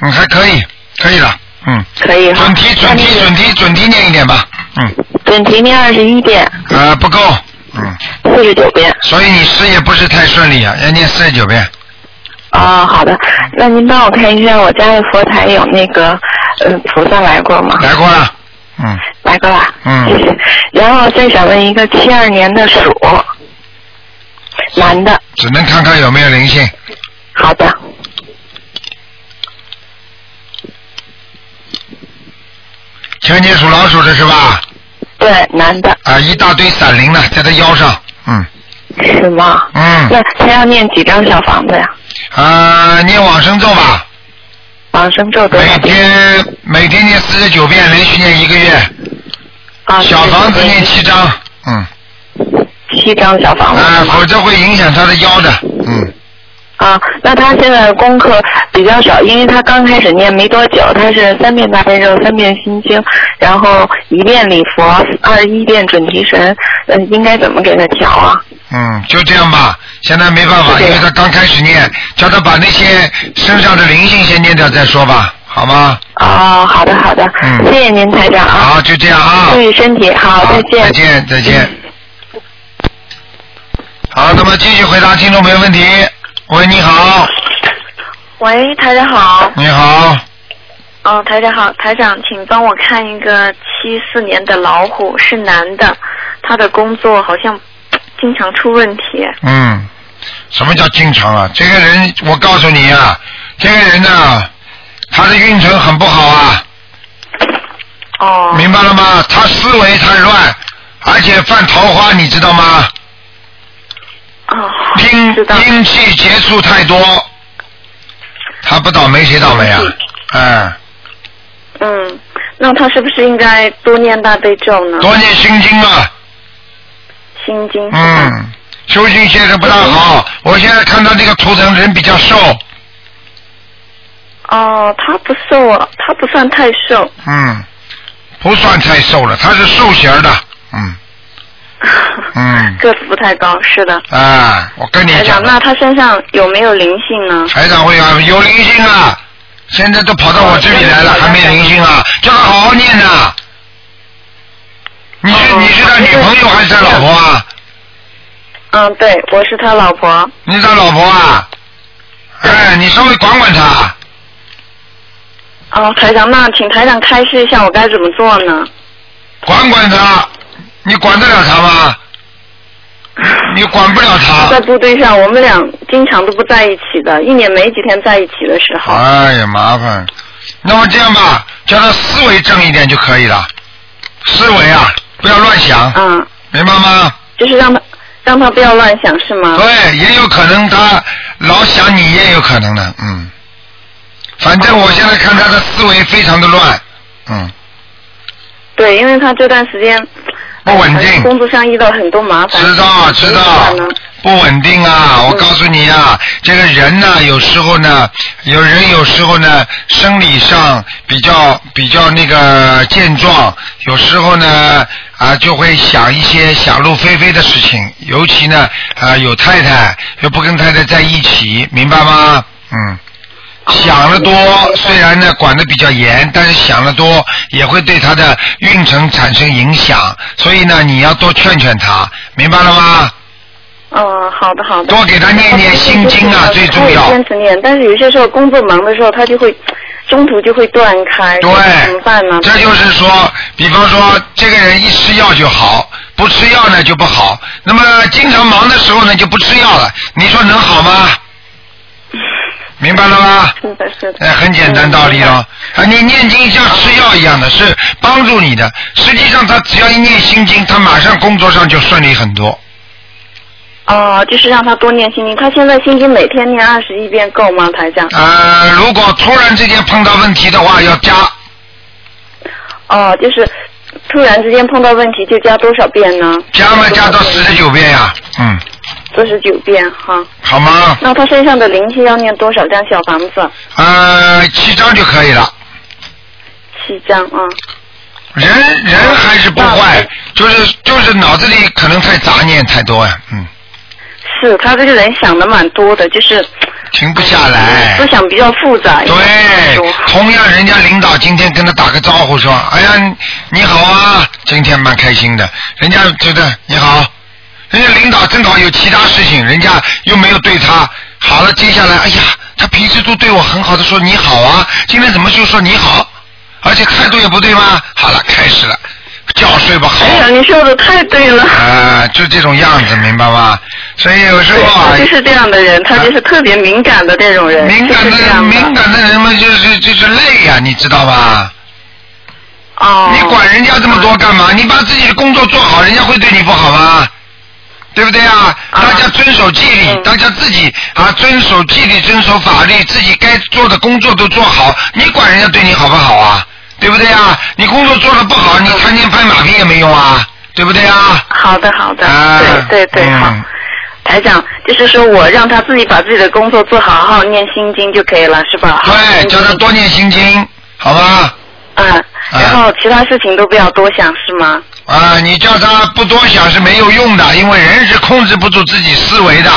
S1: 嗯，还可以，可以了，嗯。
S7: 可以哈
S1: 准。提准提准提准提念一点吧，嗯，
S7: 准提念二十一遍，
S1: 呃，不够，嗯，
S7: 四十九遍。
S1: 所以你事业不是太顺利啊，要念四十九遍。
S7: 啊、好的。那您帮我看一下，我家的佛台有那个呃菩萨来过吗？
S1: 来过了，嗯，
S7: 来过啦。
S1: 嗯
S7: 谢谢。然后再想问一个七二年的鼠，男的。
S1: 只能看看有没有灵性。
S7: 好的。
S1: 前年属老鼠的是吧？
S7: 对，男的
S1: 啊，一大堆散灵呢，在他腰上，嗯
S7: 是吗？
S1: 嗯，
S7: 那他要念几张小房子呀？
S1: 啊，念往生咒吧，
S7: 往生咒多
S1: 每
S7: 少遍？
S1: 天每天念四十九遍，连续念一个月，
S7: 啊，
S1: 小房子念七张，嗯，
S7: 七张小房子。
S1: 啊，否则会影响他的腰的，嗯。
S7: 啊，那他现在功课比较少，因为他刚开始念没多久，他是三遍大悲咒，三遍心经，然后一遍礼佛，二十一遍准提神，呃，应该怎么给他调啊？
S1: 嗯，就这样吧，现在没办法，
S7: 是
S1: 因
S7: 的
S1: 为他刚开始念，叫他把那些身上的灵性先念掉再说吧，好吗？
S7: 哦，好的好的，
S1: 嗯
S7: 谢谢您台长啊，
S1: 好，就这样啊
S7: 注。意身体，嗯好，再见。
S1: 再见，再见。好，那么继续回答听众朋友问题。喂，你好，
S4: 喂，台长好。
S1: 你好，
S4: 哦，台长好，台长，请帮我看一个七四年的老虎，是男的，他的工作好像经常出问题。
S1: 嗯，什么叫经常啊？这个人，我告诉你啊，这个人呢、他的运程很不好啊，
S4: 哦，
S1: 明白了吗？他思维太乱，而且犯桃花，你知道吗？
S4: 哦，
S1: 阴
S4: 知道
S1: 嗯阴气接触太多，他不倒霉谁倒霉啊？嗯，
S4: 嗯，那他是不是应该多念大悲咒呢？
S1: 多念心经啊，
S4: 心经是吧？
S1: 嗯，修行现在不大好。我现在看到这个图腾人比较瘦，
S4: 哦，他不瘦啊，他不算太瘦。
S1: 嗯，不算太瘦了，他是瘦型儿的，嗯嗯
S4: 个子不太高，是的。
S1: 啊，我跟你
S4: 台
S1: 讲
S4: 长，，那他身上有没有灵性呢？
S1: 台长会有有灵性啊，现在都跑到我这里来了，
S4: 哦
S1: 还没灵性啊，叫他好好念呐、你
S4: 哦
S1: 是你是他女朋友还是他老婆啊？
S4: 嗯，对，我是他老婆。
S1: 你找老婆啊？哎，你稍微管管她。
S4: 哦，台长，那请台长开示一下我该怎么做呢？
S1: 管管她，你管得了她吗？你管不了
S4: 在
S1: 她。
S4: 部队上，我们俩经常都不在一起的，一年没几天在一起的时候。
S1: 哎呀，麻烦。那么这样吧，叫她思维正一点就可以了。思维啊，不要乱想，
S4: 嗯，
S1: 明白吗？
S4: 就是让他让他不要乱想，是吗？
S1: 对，也有可能她老想你，也有可能的，嗯。反正我现在看她的思维非常的乱，嗯，
S4: 对，因为他这段时间
S1: 不稳
S4: 哎
S1: 定。
S4: 工作上遇到很多麻烦。
S1: 知道知道
S4: 怎么办呢，
S1: 不稳定啊！我告诉你啊，这个人呢，有时候呢，有人有时候呢，生理上比较比较那个健壮，有时候呢啊就会想一些想入非非的事情，尤其呢啊有太太又不跟太太在一起，明白吗？嗯。想的多，虽然呢管的比较严，但是想的多也会对他的运程产生影响，所以呢你要多劝劝他，明白了吗？
S4: 嗯，好的好的。
S1: 多给他念念心经啊最重
S4: 他
S1: 要
S4: 会坚持念，但是有些时候工作忙的时候，他就会中途就会断开。
S1: 对
S4: 怎么办呢？
S1: 这 就是说，比方说，这个人一吃药就好，不吃药呢就不好。那么经常忙的时候呢就不吃药了，你说能好吗？明白了吗？
S4: 是的，是的。嗯
S1: 哎，很简单道理哦。啊，你念经像吃药一样的，是帮助你的。实际上，他只要一念心经，他马上工作上就顺利很多。
S4: 哦，就是让他多念心经。他现在心经每天念二十一遍够吗，台长？
S1: 呃，如果突然之间碰到问题的话，要加。
S4: 哦，就是突然之间碰到问题就加多少遍呢？
S1: 加嘛，加到四十九遍呀、嗯，
S4: 四十九遍哈。
S1: 好吗？
S4: 那他身上的灵性要念多少张小房子？
S1: 呃，七张就可以了。
S4: 七张啊。
S1: 人人还是不坏，就是就是脑子里可能太杂念太多呀、嗯，
S4: 是他这个人想的蛮多的，就是
S1: 停嗯不下来。
S4: 思想比较复杂。
S1: 对，同样人家领导今天跟他打个招呼说：“哎呀，你好啊，今天蛮开心的。”人家觉得你好，人家领导正好有其他事情，人家又没有对他好了。接下来，哎呀，他平时都对我很好的说你好啊，今天怎么就说你好？而且态度也不对吗？好了，开始了，觉睡不好。哎呀，
S4: 你说的太对了。
S1: 啊，就这种样子，明白吗？所以有时
S4: 对，
S1: 候啊
S4: 他，就是这样的人，他就是特别敏感的那种人。
S1: 敏感
S4: 就
S1: 的
S4: 是这
S1: 人，
S4: 样的
S1: 敏感的人嘛，就是就是累呀、你知道吧？
S4: 哦。
S1: 你管人家这么多干嘛？你把自己的工作做好，人家会对你不好吗？对不对啊？大家遵守纪律，
S4: 嗯
S1: 大家自己啊遵守纪律、遵守法律，自己该做的工作都做好，你管人家对你好不好啊？对不对啊？你工作做的不好，你谈天拍马屁也没用啊，对不对啊？
S4: 好的，好的，
S1: 啊，
S4: 对对对，好。
S1: 嗯
S4: 台长，就是说我让他自己把自己的工作做好，好好念心经就可以了，是吧？
S1: 对，叫他多念心经，好吧？
S4: 嗯，然后其他事情都不要多想，是吗？
S1: 啊，你叫他不多想是没有用的，因为人是控制不住自己思维的。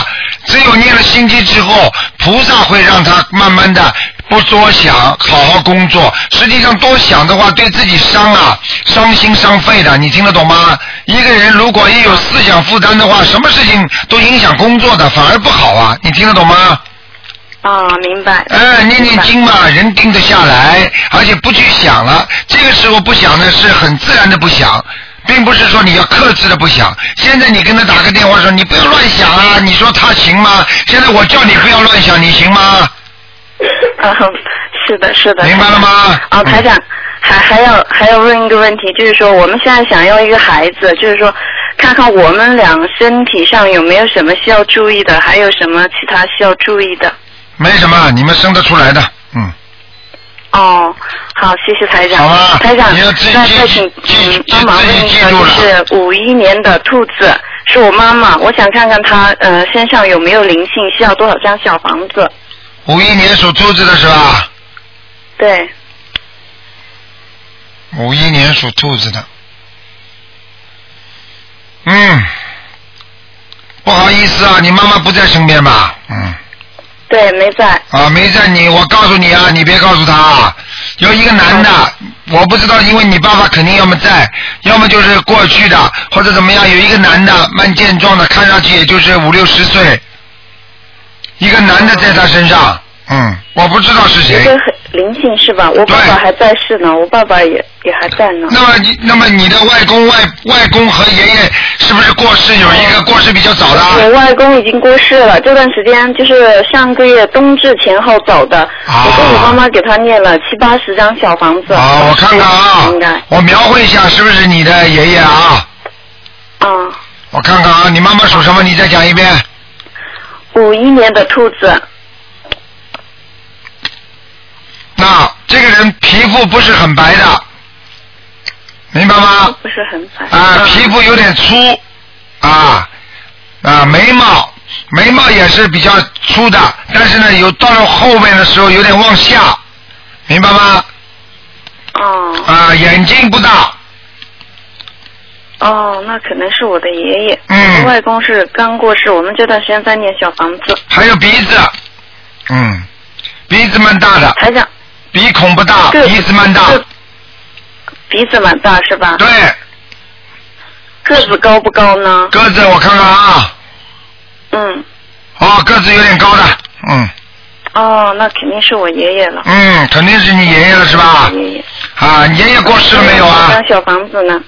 S1: 只有念了心经之后，菩萨会让他慢慢的不多想，好好工作。实际上多想的话，对自己伤啊，伤心伤肺的。你听得懂吗？一个人如果一有思想负担的话，什么事情都影响工作的，反而不好啊。你听得懂吗？
S4: 哦，明白。
S1: 哎，念念经嘛，人定得下来，而且不去想了。这个时候不想呢，是很自然的不想，并不是说你要克制的不想。现在你跟他打个电话说，你不要乱想啊，你说他行吗？现在我叫你不要乱想，你行吗？
S4: 啊，是的，是的。
S1: 明白了吗？嗯
S4: 啊，台长，还还要还要问一个问题，就是说我们现在想要一个孩子，就是说看看我们俩身体上有没有什么需要注意的，还有什么其他需要注意的。
S1: 没什么，你们生得出来的，嗯。
S4: 哦，好，谢谢台长。好
S1: 啊
S4: 台长，那再请嗯帮忙问一个，就是五一年的兔子，是我妈妈，我想看看她呃身上有没有灵性，需要多少张小房子？
S1: 五一年属兔子的是吧？
S4: 对，
S1: 五一年属兔子的，嗯，不好意思啊，你妈妈不在身边吧？嗯。
S4: 对，没在。
S1: 啊，没在你，我告诉你啊，你别告诉他啊。有一个男的，我不知道，因为你爸爸肯定要么在，要么就是过去的，或者怎么样。有一个男的，蛮健壮的，看上去也就是五六十岁，一个男的在他身上，嗯，我不知道是
S4: 一
S1: 谁。
S4: 个很灵性是吧？我爸爸还在世呢，我爸爸也也还在呢。
S1: 那么你，那么你的外公、外外公和爷爷是不是过世？有一
S4: 哦
S1: 个过世比较早的，啊
S4: 我外公已经过世了，这段时间就是上个月冬至前后走的。我跟我妈妈给他念了七八十张小房子。
S1: 啊，我看看啊，我描绘一下是不是你的爷爷啊？
S4: 嗯。
S1: 我看看啊，你妈妈属什么？你再讲一遍。
S4: 五一年的兔子，
S1: 那这个人皮肤不是很白的，明白吗？
S4: 不是很白。嗯
S1: 啊，皮肤有点粗，啊啊，眉毛眉毛也是比较粗的，但是呢，有到了后面的时候有点往下，明白吗？
S4: 哦
S1: 啊，眼睛不大，
S4: 哦，那可能是我的爷爷，
S1: 嗯
S4: 外公是刚过世，我们这段时间在念小房子，
S1: 还有鼻子，嗯，鼻子蛮大的，
S4: 台长，
S1: 鼻孔不大，
S4: 对
S1: 鼻子蛮大，
S4: 鼻子蛮大是吧？
S1: 对，
S4: 个子高不高呢？
S1: 个子我看看啊，
S4: 嗯，
S1: 哦，个子有点高的，嗯
S4: 哦，那肯定是我爷爷了。
S1: 嗯，肯定是你爷爷了是吧？
S4: 爷爷
S1: 啊，你爷爷过世了没有啊？
S4: 张小房子呢？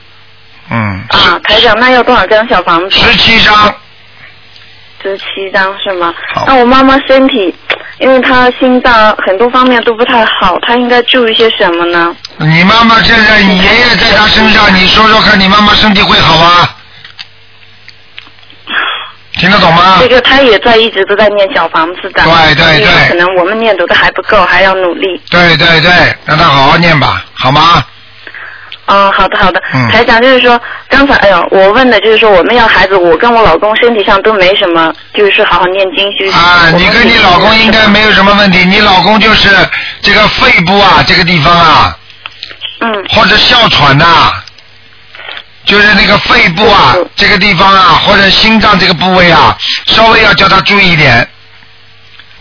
S1: 嗯，
S4: 啊，台长，那要多少张小房子？
S1: 十七张。
S4: 十七张是吗？那我妈妈身体，因为她心脏很多方面都不太好，她应该注意些什么呢？
S1: 你妈妈现在，你爷爷在他身上，你说说看你妈妈身体会好吗？听得懂吗？
S4: 这个她也在一直都在念小房子的，
S1: 啊对对
S4: 因为
S1: 对
S4: 可能我们念读的还不够，还要努力。
S1: 对对对，让他好好念吧，好吗？
S4: 嗯，好的好的，
S1: 嗯
S4: 台长就是说，刚才哎呦，我问的就是说，我们要孩子，我跟我老公身体上都没什么，就是好好念经修行。
S1: 啊，你跟你老公应该没有什么问题，你老公就是这个肺部啊，这个地方啊，
S4: 嗯，
S1: 或者哮喘呐、就是那个肺部啊
S4: 嗯
S1: 这个地方啊，或者心脏这个部位啊，稍微要叫他注意一点。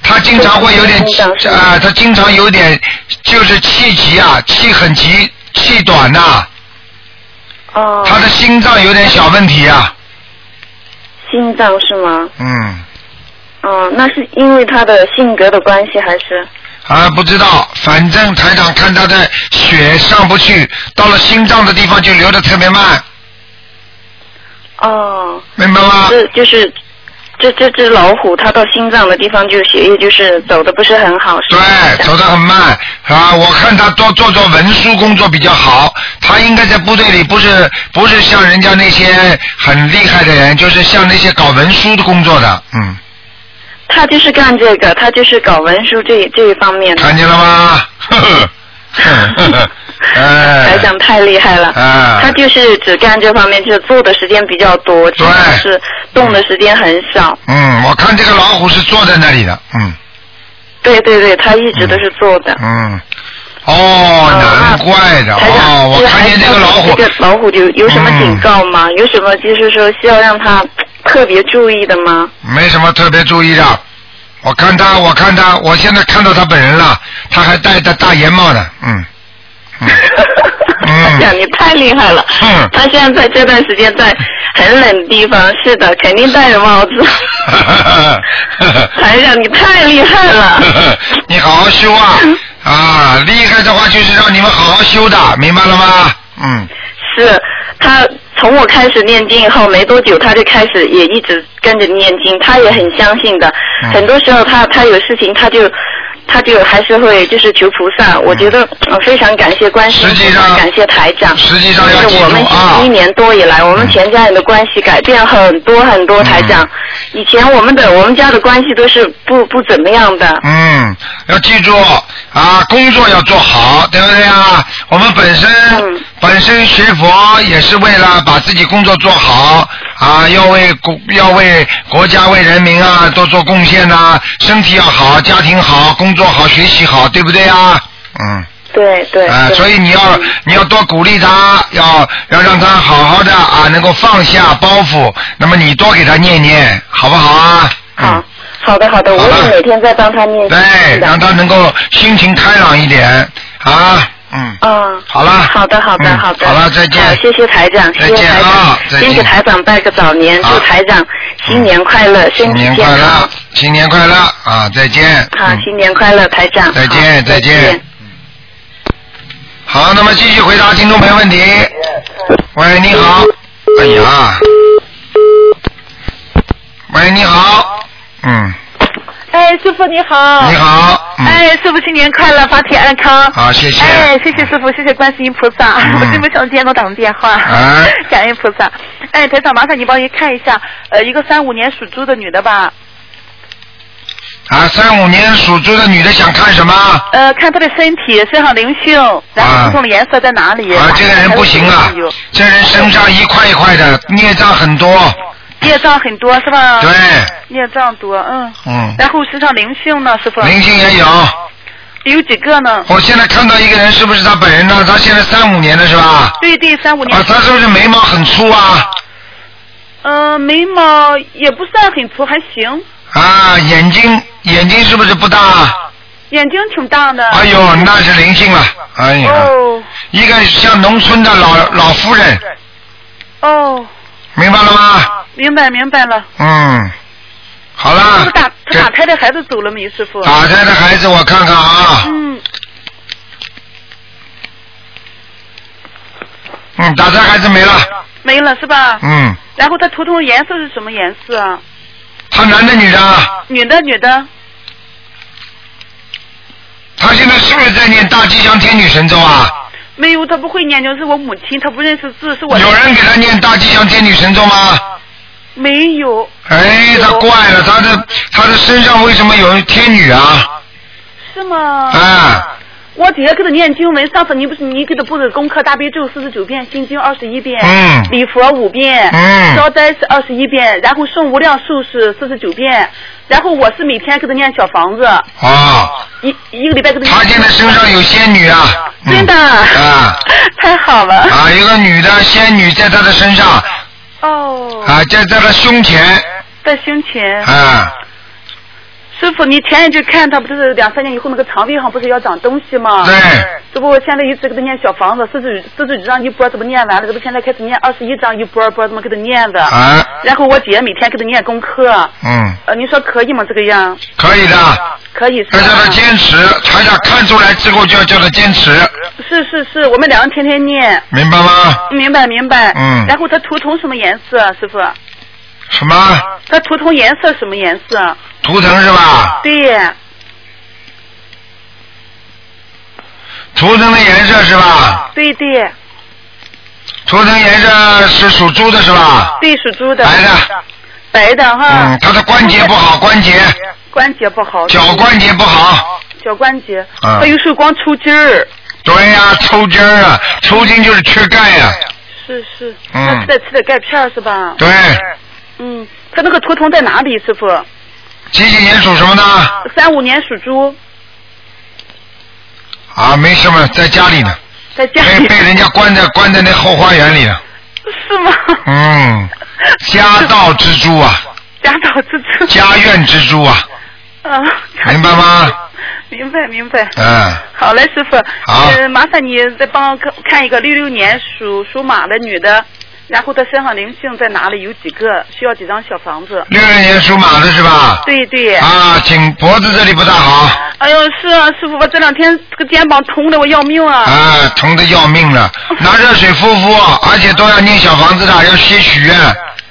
S1: 他经常会有点
S4: 心脏是吗
S1: 啊、他经常有点就是气急啊，气很急，气短呐、
S4: 哦，
S1: 他的心脏有点小问题啊，
S4: 心脏是吗？
S1: 嗯。
S4: 嗯，那是因为他的性格的关系还是？
S1: 啊，不知道，反正台长看他的血上不去，到了心脏的地方就流的特别慢，
S4: 哦，
S1: 明白吗？
S4: 这就是这这只老虎，它到心脏的地方就血液就是走的不是很好，是吧？
S1: 对，走得很慢啊！我看他多做做文书工作比较好，他应该在部队里不是不是像人家那些很厉害的人，就是像那些搞文书的工作的，嗯，
S4: 他就是干这个，他就是搞文书这这一方面的。
S1: 看见了吗？呵呵呵呵呵，哎
S4: 台，长太厉害了，
S1: 啊
S4: 他就是只干这方面，就是做的时间比较多，其实是动的时间很少。
S1: 嗯，我看这个老虎是坐在那里的，嗯
S4: 对对对，他一直都是做的。啊
S1: 嗯，哦，难怪的，
S4: 台
S1: 哦，
S4: 长，
S1: 我
S4: 这
S1: 看见这个老虎嗯
S4: 这，个老虎就有什么警告吗？有什么就是说需要让他特别注意的吗？
S1: 没什么特别注意的。我看他，我看他，我现在看到他本人了，他还戴着大檐帽呢，嗯，
S4: 台哎长，你太厉害了！
S1: 嗯
S4: 他现在在这段时间在很冷的地方，是的，肯定戴着帽 子。台长，你太厉害了！
S1: 你好好修啊啊！厉害的话就是让你们好好修的，明白了吗？嗯，
S4: 是他从我开始念经以后没多久，他就开始也一直跟着念经，他也很相信的。
S1: 嗯
S4: 很多时候他他有事情他就。他就还是会就是求菩萨，我觉得呃非常感谢观世音
S1: 嗯实际
S4: 菩
S1: 上
S4: 萨，感谢台长。
S1: 实际上要
S4: 就
S1: 记
S4: 是我们
S1: 住啊
S4: 一年多以来，我们全家人的关系改变很多很多。台长，
S1: 嗯
S4: 以前我们的我们家的关系都是不不怎么样的。
S1: 嗯，要记住啊，工作要做好，对不对啊？我们本身、
S4: 嗯
S1: 本身学佛也是为了把自己工作做好啊，要为国要为国家为人民啊多做贡献呐、身体要好，家庭好，工作好，学习好，对不对啊？嗯。
S4: 对对。
S1: 啊、
S4: 对
S1: 所以你要你要多鼓励他，要要让他好好的啊，能够放下包袱。那么你多给他念念，好不好啊？嗯
S4: 好，好的好的，我
S1: 好了
S4: 也每天在帮他念经。
S1: 对，
S4: 是的
S1: 让他能够心情开朗一点啊，嗯，
S4: 嗯，
S1: 好了
S4: 好的，好的，
S1: 嗯
S4: 好的，
S1: 好了再见
S4: 好谢谢台长，谢
S1: 再
S4: 谢
S1: 见
S4: 台
S1: 啊再
S4: 长，
S1: 见
S4: 先给台长拜个早年，
S1: 啊嗯
S4: 祝台长新年快乐，
S1: 新
S4: 身体
S1: 年
S4: 健
S1: 快乐
S4: 康。，
S1: 新年快乐啊，再见，
S4: 好，
S1: 嗯
S4: 新年快乐，台 长。
S1: 再
S4: 好
S1: 见，再见。好，那么继续回答听众朋友问题。喂，你好。哎呀。喂，你好。嗯，
S9: 哎，师傅你好。
S1: 你。好。嗯。
S9: 哎，师傅新年快乐，法体安康。
S1: 好，谢谢。
S9: 哎，谢谢师傅，谢谢观世音菩萨，
S1: 嗯
S9: 我真没想到今天能打通电话，
S1: 啊
S9: 感恩菩萨。哎，台长，麻烦你帮您看一下，呃，一个三五年属猪的女的吧，
S1: 啊，三五年属猪的女的想看什么？
S9: 呃，看她的身体、身上灵性，然
S1: 啊
S9: 后不同的颜色在哪里？
S1: 啊，这个人不行啊，这人身上一块一块的，孽障很多，
S9: 孽障很多是吧？
S1: 对，
S9: 孽障多，嗯。
S1: 嗯，
S9: 然后身上灵性呢，师傅？
S1: 灵性也有。
S9: 有几个呢？
S1: 我现在看到一个人，是不是他本人呢？他现在三五年的是吧？
S9: 对对，三五年。
S1: 啊，他是不是眉毛很粗啊？
S9: 嗯、眉毛也不算很粗，还行，
S1: 啊，眼睛眼睛是不是不大啊？
S9: 眼睛挺大的。
S1: 哎呦，那是灵性了，哎呀，一个像农村的老老妇人，哎
S9: 哦，
S1: 明白了吗？
S9: 明白明白了。
S1: 嗯，好啦
S9: 他，打他打胎的孩子走了没，师傅？
S1: 打胎的孩子我看看啊，
S9: 嗯，
S1: 嗯，打胎孩子没了，
S9: 没了是吧？
S1: 嗯，
S9: 然后他图腾颜色是什么颜色啊？
S1: 他男的女的啊？
S9: 女的，啊女的。
S1: 他现在是不是在念大吉祥天女神咒啊？
S9: 没有，他不会念，就是我母亲，他不认识字，是我。啊
S1: 有人给他念大吉祥天女神咒吗？
S9: 没有，
S1: 哎，他怪了，他的他的身上为什么有天女啊？
S9: 是吗？
S1: 啊，
S9: 我底下给他念经文，上次你不是你给他布置功课，大悲咒四十九遍，心经二十一遍，
S1: 嗯
S9: 礼佛五遍，
S1: 嗯
S9: 消灾是二十一遍，然后圣无量寿是四十九遍，然后我是每天给他念小房子，
S1: 啊，
S9: 一一个礼拜给他念。
S1: 他现在身上有仙女啊！
S9: 嗯真的。
S1: 啊。
S9: 太好了。
S1: 啊，一个女的仙女在他的身上
S9: 哦，
S1: 啊，在在他胸前
S9: 在胸前。
S1: 啊，
S9: 师傅，你前一阵看他不是两三年以后那个肠胃上不是要长东西吗？
S1: 对。
S9: 这不，我现在一直给他念小房子，四十四十几张一波，这不念完了，这不现在开始念二十一张一波波，这么给他念的。
S1: 啊。
S9: 然后我姐每天给他念功课，
S1: 嗯，
S9: 呃，你说可以吗？这个样
S1: 可以的。
S9: 可以是
S1: 要叫
S9: 吧
S1: 他？坚持，台长看出来之后就要叫他坚持，
S9: 是是是，我们两个天天念。
S1: 明白吗？
S9: 明白明白。
S1: 嗯
S9: 然后他图腾什么颜色啊，师傅？
S1: 什么
S9: 他图腾颜色什么颜色啊？
S1: 图腾是吧？
S9: 对，
S1: 图腾的颜色是吧？
S9: 对对
S1: 图腾颜色是属猪的是吧？
S9: 对，属猪的。白的。白的哈。
S1: 哎嗯，他的关节不好，关节
S9: 关节不好，
S1: 脚关节不好，
S9: 脚关节，
S1: 嗯
S9: 他有时候光抽筋儿，
S1: 对呀、抽筋儿啊，抽筋就是缺钙呀、
S9: 是是，
S1: 嗯
S9: 他吃的吃的钙片儿是吧？
S1: 对，
S9: 嗯，他那个图腾在哪里，师傅？
S1: 几几年属什么呢？
S9: 三五年属猪，
S1: 啊，没什么，在家里呢，
S9: 在家
S1: 被
S9: 里
S1: 被人家关在关在那后花园里了。
S9: 是吗？
S1: 嗯， 家道之猪啊，
S9: 家道之猪。
S1: 家院之猪啊，
S9: 啊，
S1: 明 白吗？
S9: 明白明白。
S1: 嗯，
S9: 好嘞，师傅。
S1: 好
S9: 呃，麻烦你再帮我看看一个六六年属属马的女的，然后她身上灵性在哪里？有几个？需要几张小房子？
S1: 六六年属马的是吧？
S9: 对对。
S1: 啊，颈脖子这里不大好，
S9: 哎呦，是啊，师傅，我这两天这个肩膀疼的我要命啊！
S1: 啊，疼的要命了，拿热水敷敷，而且都要念小房子的，要些许愿，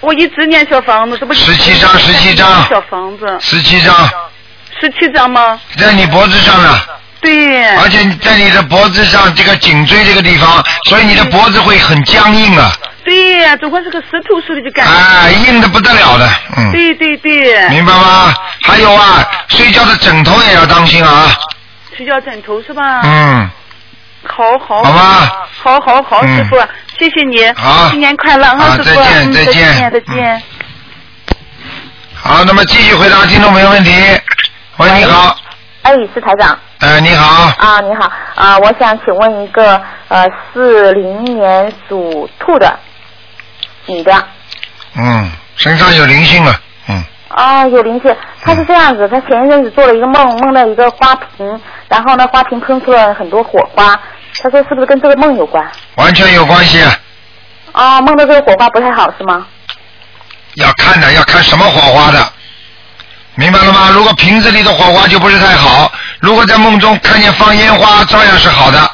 S9: 我一直念小房子，这不
S1: 17张17张
S9: 小房子，
S1: 十七张，
S9: 十七张吗？
S1: 在你脖子上呢。
S9: 对。
S1: 而且你在你的脖子上这个颈椎这个地方，所以你的脖子会很僵硬啊，
S9: 对呀，总归是个石头似的，就感觉。
S1: 啊，硬的不得了的，嗯，
S9: 对哦对对。
S1: 明白吗？还有啊，睡觉的枕头也要当心啊，
S9: 睡觉枕头是吧？。
S1: 嗯，
S9: 好啊好。
S1: 好
S9: 吧
S1: 吧。
S9: 好好好，
S1: 嗯
S9: 师傅，谢谢你。
S1: 好
S9: 新年快乐师
S1: 啊
S9: 傅。
S1: 再见
S9: 嗯
S1: 再
S9: 再
S1: 见
S9: 见，再见。
S1: 好，那么继续回答听众朋友问题。喂，你好，
S5: 哎，是台长
S1: 呃，你好，
S5: 啊，你好啊，我想请问一个呃四零年属兔的女的
S1: 嗯，身上有灵性了，嗯，
S5: 啊，有灵性，她是这样子，她前一阵子做了一个梦，梦到一个花瓶，然后呢花瓶喷出了很多火花，她说是不是跟这个梦有关？
S1: 完全有关系，
S5: 啊，梦到这个火花不太好是吗？
S1: 要看的，要看什么火花的，明白了吗？如果瓶子里的火花就不是太好，如果在梦中看见放烟花，照样是好的。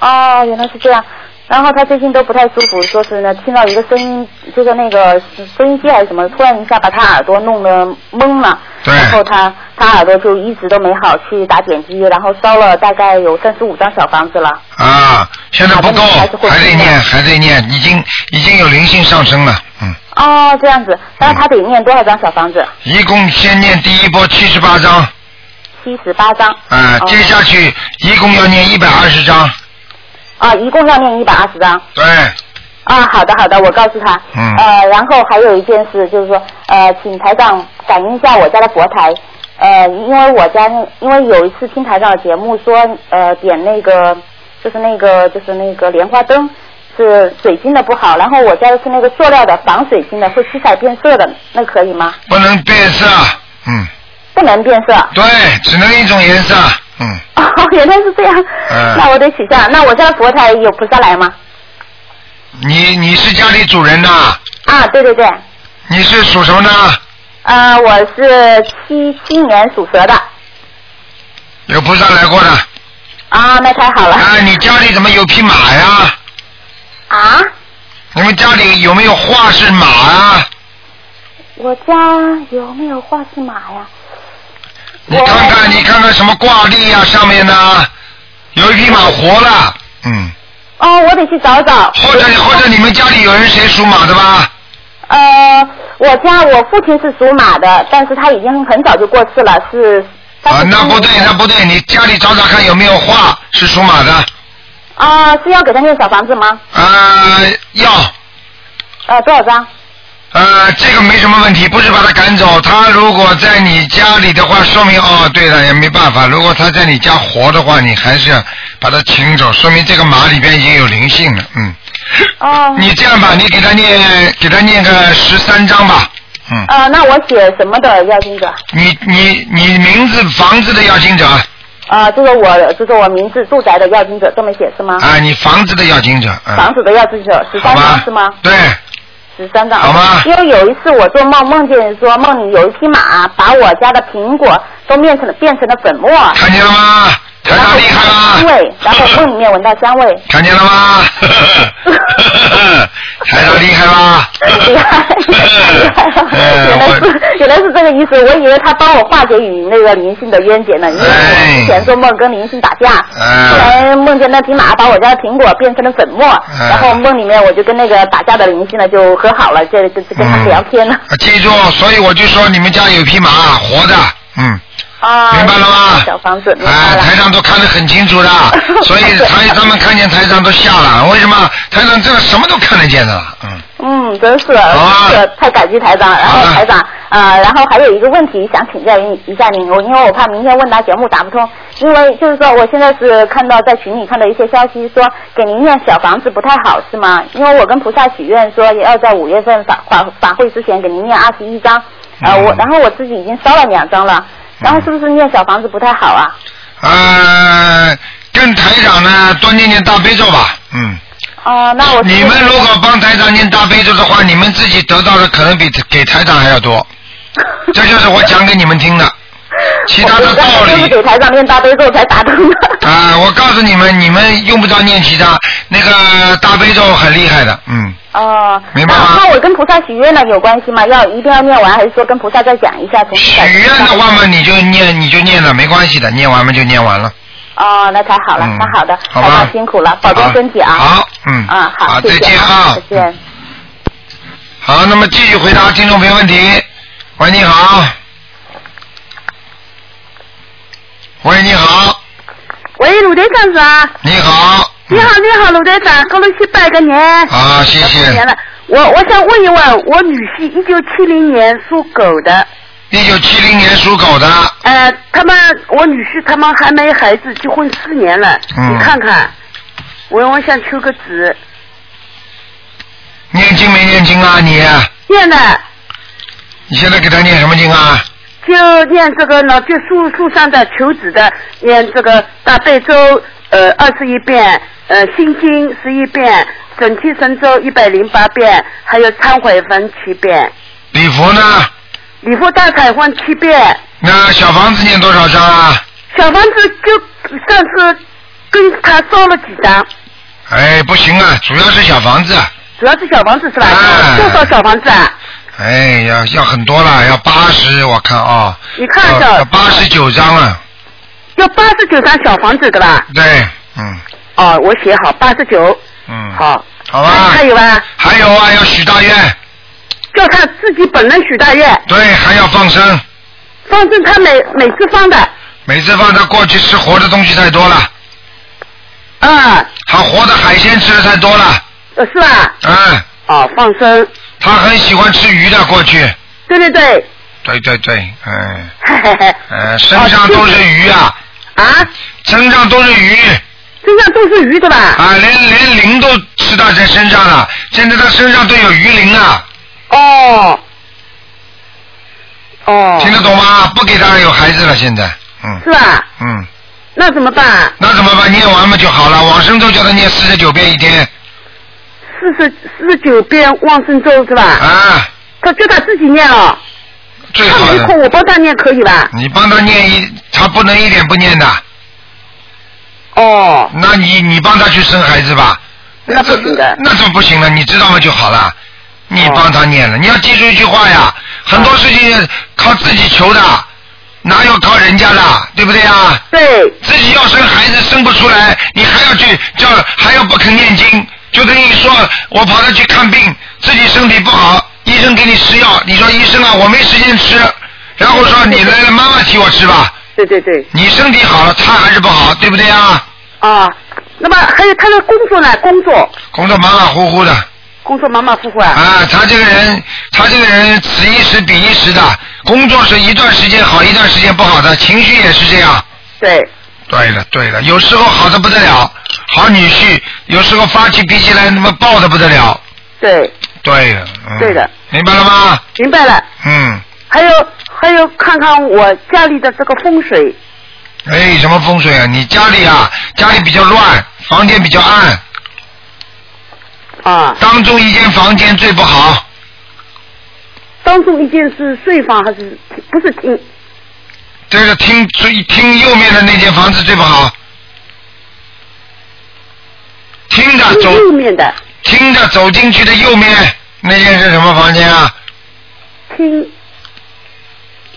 S5: 哦，原来是这样。然后她最近都不太舒服，说是呢听到一个声音，就是那个收音机还是什么，突然一下把她耳朵弄得懵了。
S1: 对
S5: 然后她她耳朵就一直都没好，去打点滴，然后烧了大概有三十五张小房子了。
S1: 啊，现在不够，还得念，还得念，已经已经有灵性上升了，嗯，
S5: 哦，这样子，那她得念多少张小房子？
S1: 一共先念第一波七十八章，啊、
S5: 七十八张。哦
S1: 接下去一共要念一百二十章，
S5: 哦啊，一共要念一百二十张。
S1: 对，
S5: 啊，好的好的，我告诉他。
S1: 嗯
S5: 呃，然后还有一件事就是说，呃，请台长感应一下我家的佛台。呃，因为我家那，因为有一次听台长的节目说，呃，点那个就是那个就是那个莲花灯是水晶的不好，然后我家的是那个塑料的防水晶的，会七彩变色的，那可以吗？
S1: 不能变色，嗯，
S5: 不能变色。
S1: 对，只能一种颜色，嗯，
S5: 哦，原来是这样，
S1: 嗯
S5: 那我得取下。那我家的佛台有菩萨来吗？
S1: 你你是家里主人呐？
S5: 啊，对对对，
S1: 你是属什么呢？
S5: 呃，我是七七年属蛇的。
S1: 有菩萨来过的。
S5: 啊，那太好了。
S1: 啊，你家里怎么有匹马呀？
S5: 啊？
S1: 你们家里有没有画是马啊？
S5: 我家有没有画是马呀？
S1: 你看看，你看看什么挂历呀、上面呢？有一匹马活了，嗯。
S5: 哦，我得去找找。
S1: 或者或者你们家里有人谁属马的吧？
S5: 呃，我家我父亲是属马的，但是他已经很早就过世了，是
S1: 啊，那不对，那不对，你家里找找看有没有画是属马的。
S5: 啊、是要给他念小房子吗？
S1: 呃，要。
S5: 呃，多少张？
S1: 呃，这个没什么问题，不是把他赶走。他如果在你家里的
S5: 嗯
S1: 话，说明哦，对了，也没办法。如果他在你家活的话，你还是要把他请走，说明这个马里边已经有灵性了。嗯，
S5: 哦。
S1: 你这样吧，你给他念，给他念个十三章吧。嗯。
S5: 呃，那我写什么的要经者？
S1: 你你你名字房子的要经者
S5: 啊、就是我就是我名字住宅的要经者这么写是吗？
S1: 啊，你房子的要经者啊，
S5: 房子的要经者十三张是吗？啊
S1: 对，
S5: 十三张。好吗？因为有一次我做梦，梦见说梦里有一匹马把我家的苹果都变成了变成了粉末。看
S1: 见了吗？
S5: 然后厉害香味，然后梦里面闻到香味。
S1: 看见了 吗？台长厉害哎吧？
S5: 厉害， 原来是原来是这个意思，我以为他帮我化解与那个灵性的冤结呢，因为我
S1: 哎
S5: 之前做梦跟灵性打架，后来梦见那匹马把我家的苹果变成了粉末，
S1: 嗯
S5: 然后梦里面我就跟那个打架的灵性呢就和好了，这这这跟他聊天了。
S1: 啊记住，所以我就说你们家有匹马活的，嗯。
S5: 啊，
S1: 明白了吗？
S5: 小 房子，
S1: 哎，台上都看得很清楚的， 所以台他们看见台上都吓了。为什么？台上这个什么都看得见的了，嗯。
S5: 嗯，真是，真
S1: 啊
S5: 是太感激台长了。然后台长，呃，然后还有一个问题想请教您一下您，我因为我怕明天问答节目打不通，因为就是说我现在是看到在群里看到一些消息说给您念小房子不太好是吗？因为我跟菩萨许愿说也要在五月份法法法会之前给您念二十一章，呃，
S1: 嗯
S5: 我然后我自己已经烧了两张了，然后是不是念小房子不太好啊？
S1: 呃，跟台长呢多念念大悲咒吧，嗯。
S5: 哦、那我
S1: 你们如果帮台长念大悲咒的话，你们自己得到的可能比给台长还要多， 这就是我讲给你们听的。其他的道理
S5: 就是给台长念大悲咒才打通的。
S1: 啊、我告诉你们，你们用不着念其他，那个大悲咒很厉害的，嗯，
S5: 哦，
S1: 明白
S5: 那那我跟菩萨许愿呢有关系吗？要一定要念完，还是说跟菩萨再讲一下？重新许
S1: 许愿的话嘛，你就念，你就念了，没关系的，念完嘛就念完了，
S5: 哦，那太好了，
S1: 嗯
S5: 那好的，
S1: 好
S5: 台
S1: 吧
S5: 长辛苦了，保重身体啊。
S1: 好，嗯，
S5: 啊，好，
S1: 好
S5: 谢谢
S1: 再见啊
S5: 再见。
S1: 好，那么继续回答听众朋友问题。喂，你好。喂，你好，
S2: 喂，鲁队长是吧？
S1: 你好。
S2: 你好，你好，鲁队长，跟我一起拜个年。
S1: 啊，谢
S2: 谢。年了，我我想问一问，我女婿一九七零年属狗的，
S1: 一九七零年属狗的，
S2: 呃，他们我女婿他们还没孩子，结婚四年了，
S1: 嗯
S2: 你看看，我我想求个子，
S1: 念经没念经啊你？
S2: 念的
S1: 你现在给他念什么经啊？
S2: 就念这个老就树树上的求子的，念这个大悲咒，呃，二十一遍，呃，心经十一遍，准提神咒一百零八遍，还有忏悔文七遍。
S1: 礼佛呢？
S2: 礼佛大忏悔七遍，
S1: 那小房子念多少张啊？
S2: 小房子就呃上次跟他烧了几张，
S1: 哎，不行啊，主要是小房子，
S2: 主要是小房子是吧？多少小房子啊？
S1: 哎，要要很多了，要八十，我看啊、
S2: 你看
S1: 要要
S2: 着
S1: 八十九张了，
S2: 要八十九张小房子对吧？
S1: 对，嗯
S2: 哦，我写好八十九，
S1: 嗯，
S2: 好，
S1: 好吧。
S2: 还有吧？
S1: 还有啊，要许大愿，
S2: 叫他自己本人许大愿，
S1: 对，还要放生。
S2: 反正他每每次放的，
S1: 每次放他过去吃活的东西太多了，
S2: 啊，
S1: 他活的海鲜吃的太多了，
S10: 呃，是吧？
S1: 啊。
S10: 哦，放生。
S1: 他很喜欢吃鱼的，过去。
S10: 对对对。
S1: 对对对，嗯，
S10: 嘿嘿嘿。
S1: 呃，身上都是鱼啊。
S10: 啊？
S1: 身上都是鱼。
S10: 身上都是鱼对吧？
S1: 啊，连连鳞都吃到在身上了，现在他身上都有鱼鳞啊。
S10: 哦。哦。
S1: 听得懂吗？不给他有孩子了，现在，嗯
S10: 是吧？
S1: 嗯，
S10: 那怎么办啊？
S1: 那怎么办？念完嘛就好了，往生咒叫他念四十九遍一天，
S10: 四十四十九遍往生咒是吧？
S1: 啊。
S10: 他就他自己念了。
S1: 最好
S10: 他没
S1: 的
S10: 空，我帮他念可以吧？
S1: 你帮他念一，他不能一点不念的。
S10: 哦。
S1: 那你你帮他去生孩子吧。那这那这不行了，你知道吗就好了。你帮他念了，你要记住一句话
S10: 哦
S1: 呀，很多事情靠自己求的，哪有靠人家的，对不对呀？
S10: 对。
S1: 自己要生孩子生不出来，你还要去叫，还要不肯念经，就等于说我跑他去看病，自己身体不好，医生给你吃药，你说医生啊，我没时间吃，然后说你来了，妈妈替我吃吧。
S10: 对对对。
S1: 你身体好了，他还是不好，对不对啊？
S10: 啊，那么还有他的工作呢？工作，
S1: 工作马马虎虎的。
S10: 工作马马虎虎啊。
S1: 啊，他这个人，他这个人此一时彼一时的，工作是一段时间好，一段时间不好的，情绪也是这样。
S10: 对。
S1: 对了，对了，有时候好的不得了，好女婿；有时候发起脾气来，那么暴的不得了。
S10: 对，
S1: 对了，嗯、
S10: 对的。
S1: 明白了吗？
S10: 明白了。
S1: 嗯，
S10: 还有还有，看看我家里的这个风水。
S1: 哎，什么风水啊？你家里啊，家里比较乱，房间比较暗。
S10: 啊。
S1: 当中一间房间最不好，
S10: 当中一间是睡房还是不是厅？
S1: 这个厅最厅右面的那间房子最不好。厅的走
S10: 嗯右面的
S1: 听着走进去的右面那间是什么房间啊？
S10: 厅，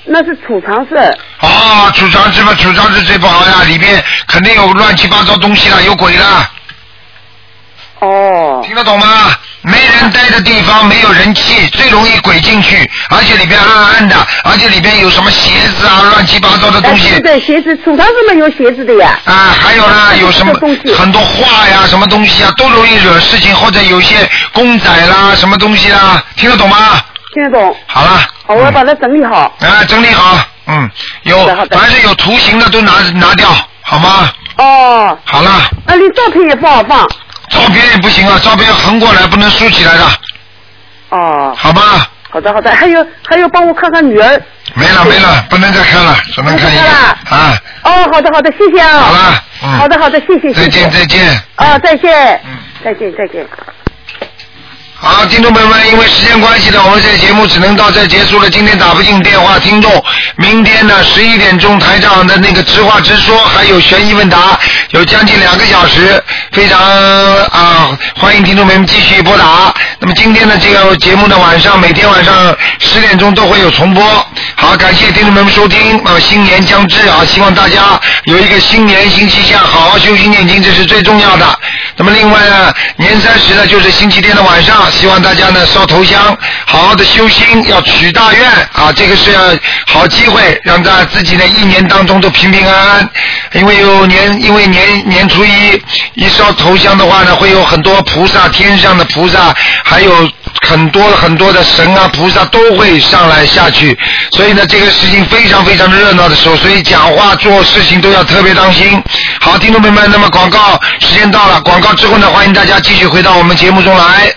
S10: 那是储藏室。
S1: 哦，储藏室嘛，储藏室最不好呀，里边肯定有乱七八糟东西了，有鬼了。
S10: 哦。
S1: 听得懂吗？没人待的地方，没有人气，最容易鬼进去，而且里边暗暗的，而且里边有什么鞋子啊，乱七八糟的东西。
S10: 哎对对，鞋子，储藏室没有鞋子的呀。
S1: 啊，还有 啦，有什么很多画呀，什么东西啊，都容易惹事情，或者有些公仔啦，什么东西啦，听得懂吗？
S10: 听得懂。
S1: 好了。
S10: 好，我要把它整理好。
S1: 啊，整理好，嗯，有凡是有图形的都拿拿掉，好吗？
S10: 哦。
S1: 好了，
S9: 啊
S10: 那你照片也不好放。
S1: 照片也不行啊，照片横过来不能竖起来的，
S10: 哦。
S1: 好吧？
S10: 好的好的，还有还有，帮我看看女儿。
S1: 没了没了，不能再看了，只能看一个啊。
S10: 哦，好的好的，谢谢啊。好
S1: 了，嗯
S10: 好的好的，谢谢。
S1: 再见
S10: 谢谢
S1: 再见。
S10: 啊，再见。再见再见。
S1: 好，听众朋友们，因为时间关系呢，我们这个节目只能到这儿结束了。今天打不进电话，听众，明天呢十一点钟台长的那个直话直说，还有悬疑问答，有将近两个小时，非常啊、欢迎听众朋友们继续拨打。那么今天的这个节目呢，晚上每天晚上十点钟都会有重播。好，感谢听众朋友们收听。那、么新年将至啊，希望大家有一个新年新气象，好好修心念经，这是最重要的。那么另外呢，年三十呢就是星期天的晚上，希望大家呢烧头香，好好的修心，要许大愿啊，这个是好机会，让大家自己呢一年当中都平平安安。因为有年，因为年年初一一烧头香的话呢，会有很多菩萨，天上的菩萨，还有很多很多的神啊、菩萨都会上来下去，所以呢，这个事情非常非常的热闹的时候，所以讲话做事情都要特别当心。好，听众朋友们，那么广告时间到了，广告之后呢，欢迎大家继续回到我们节目中来。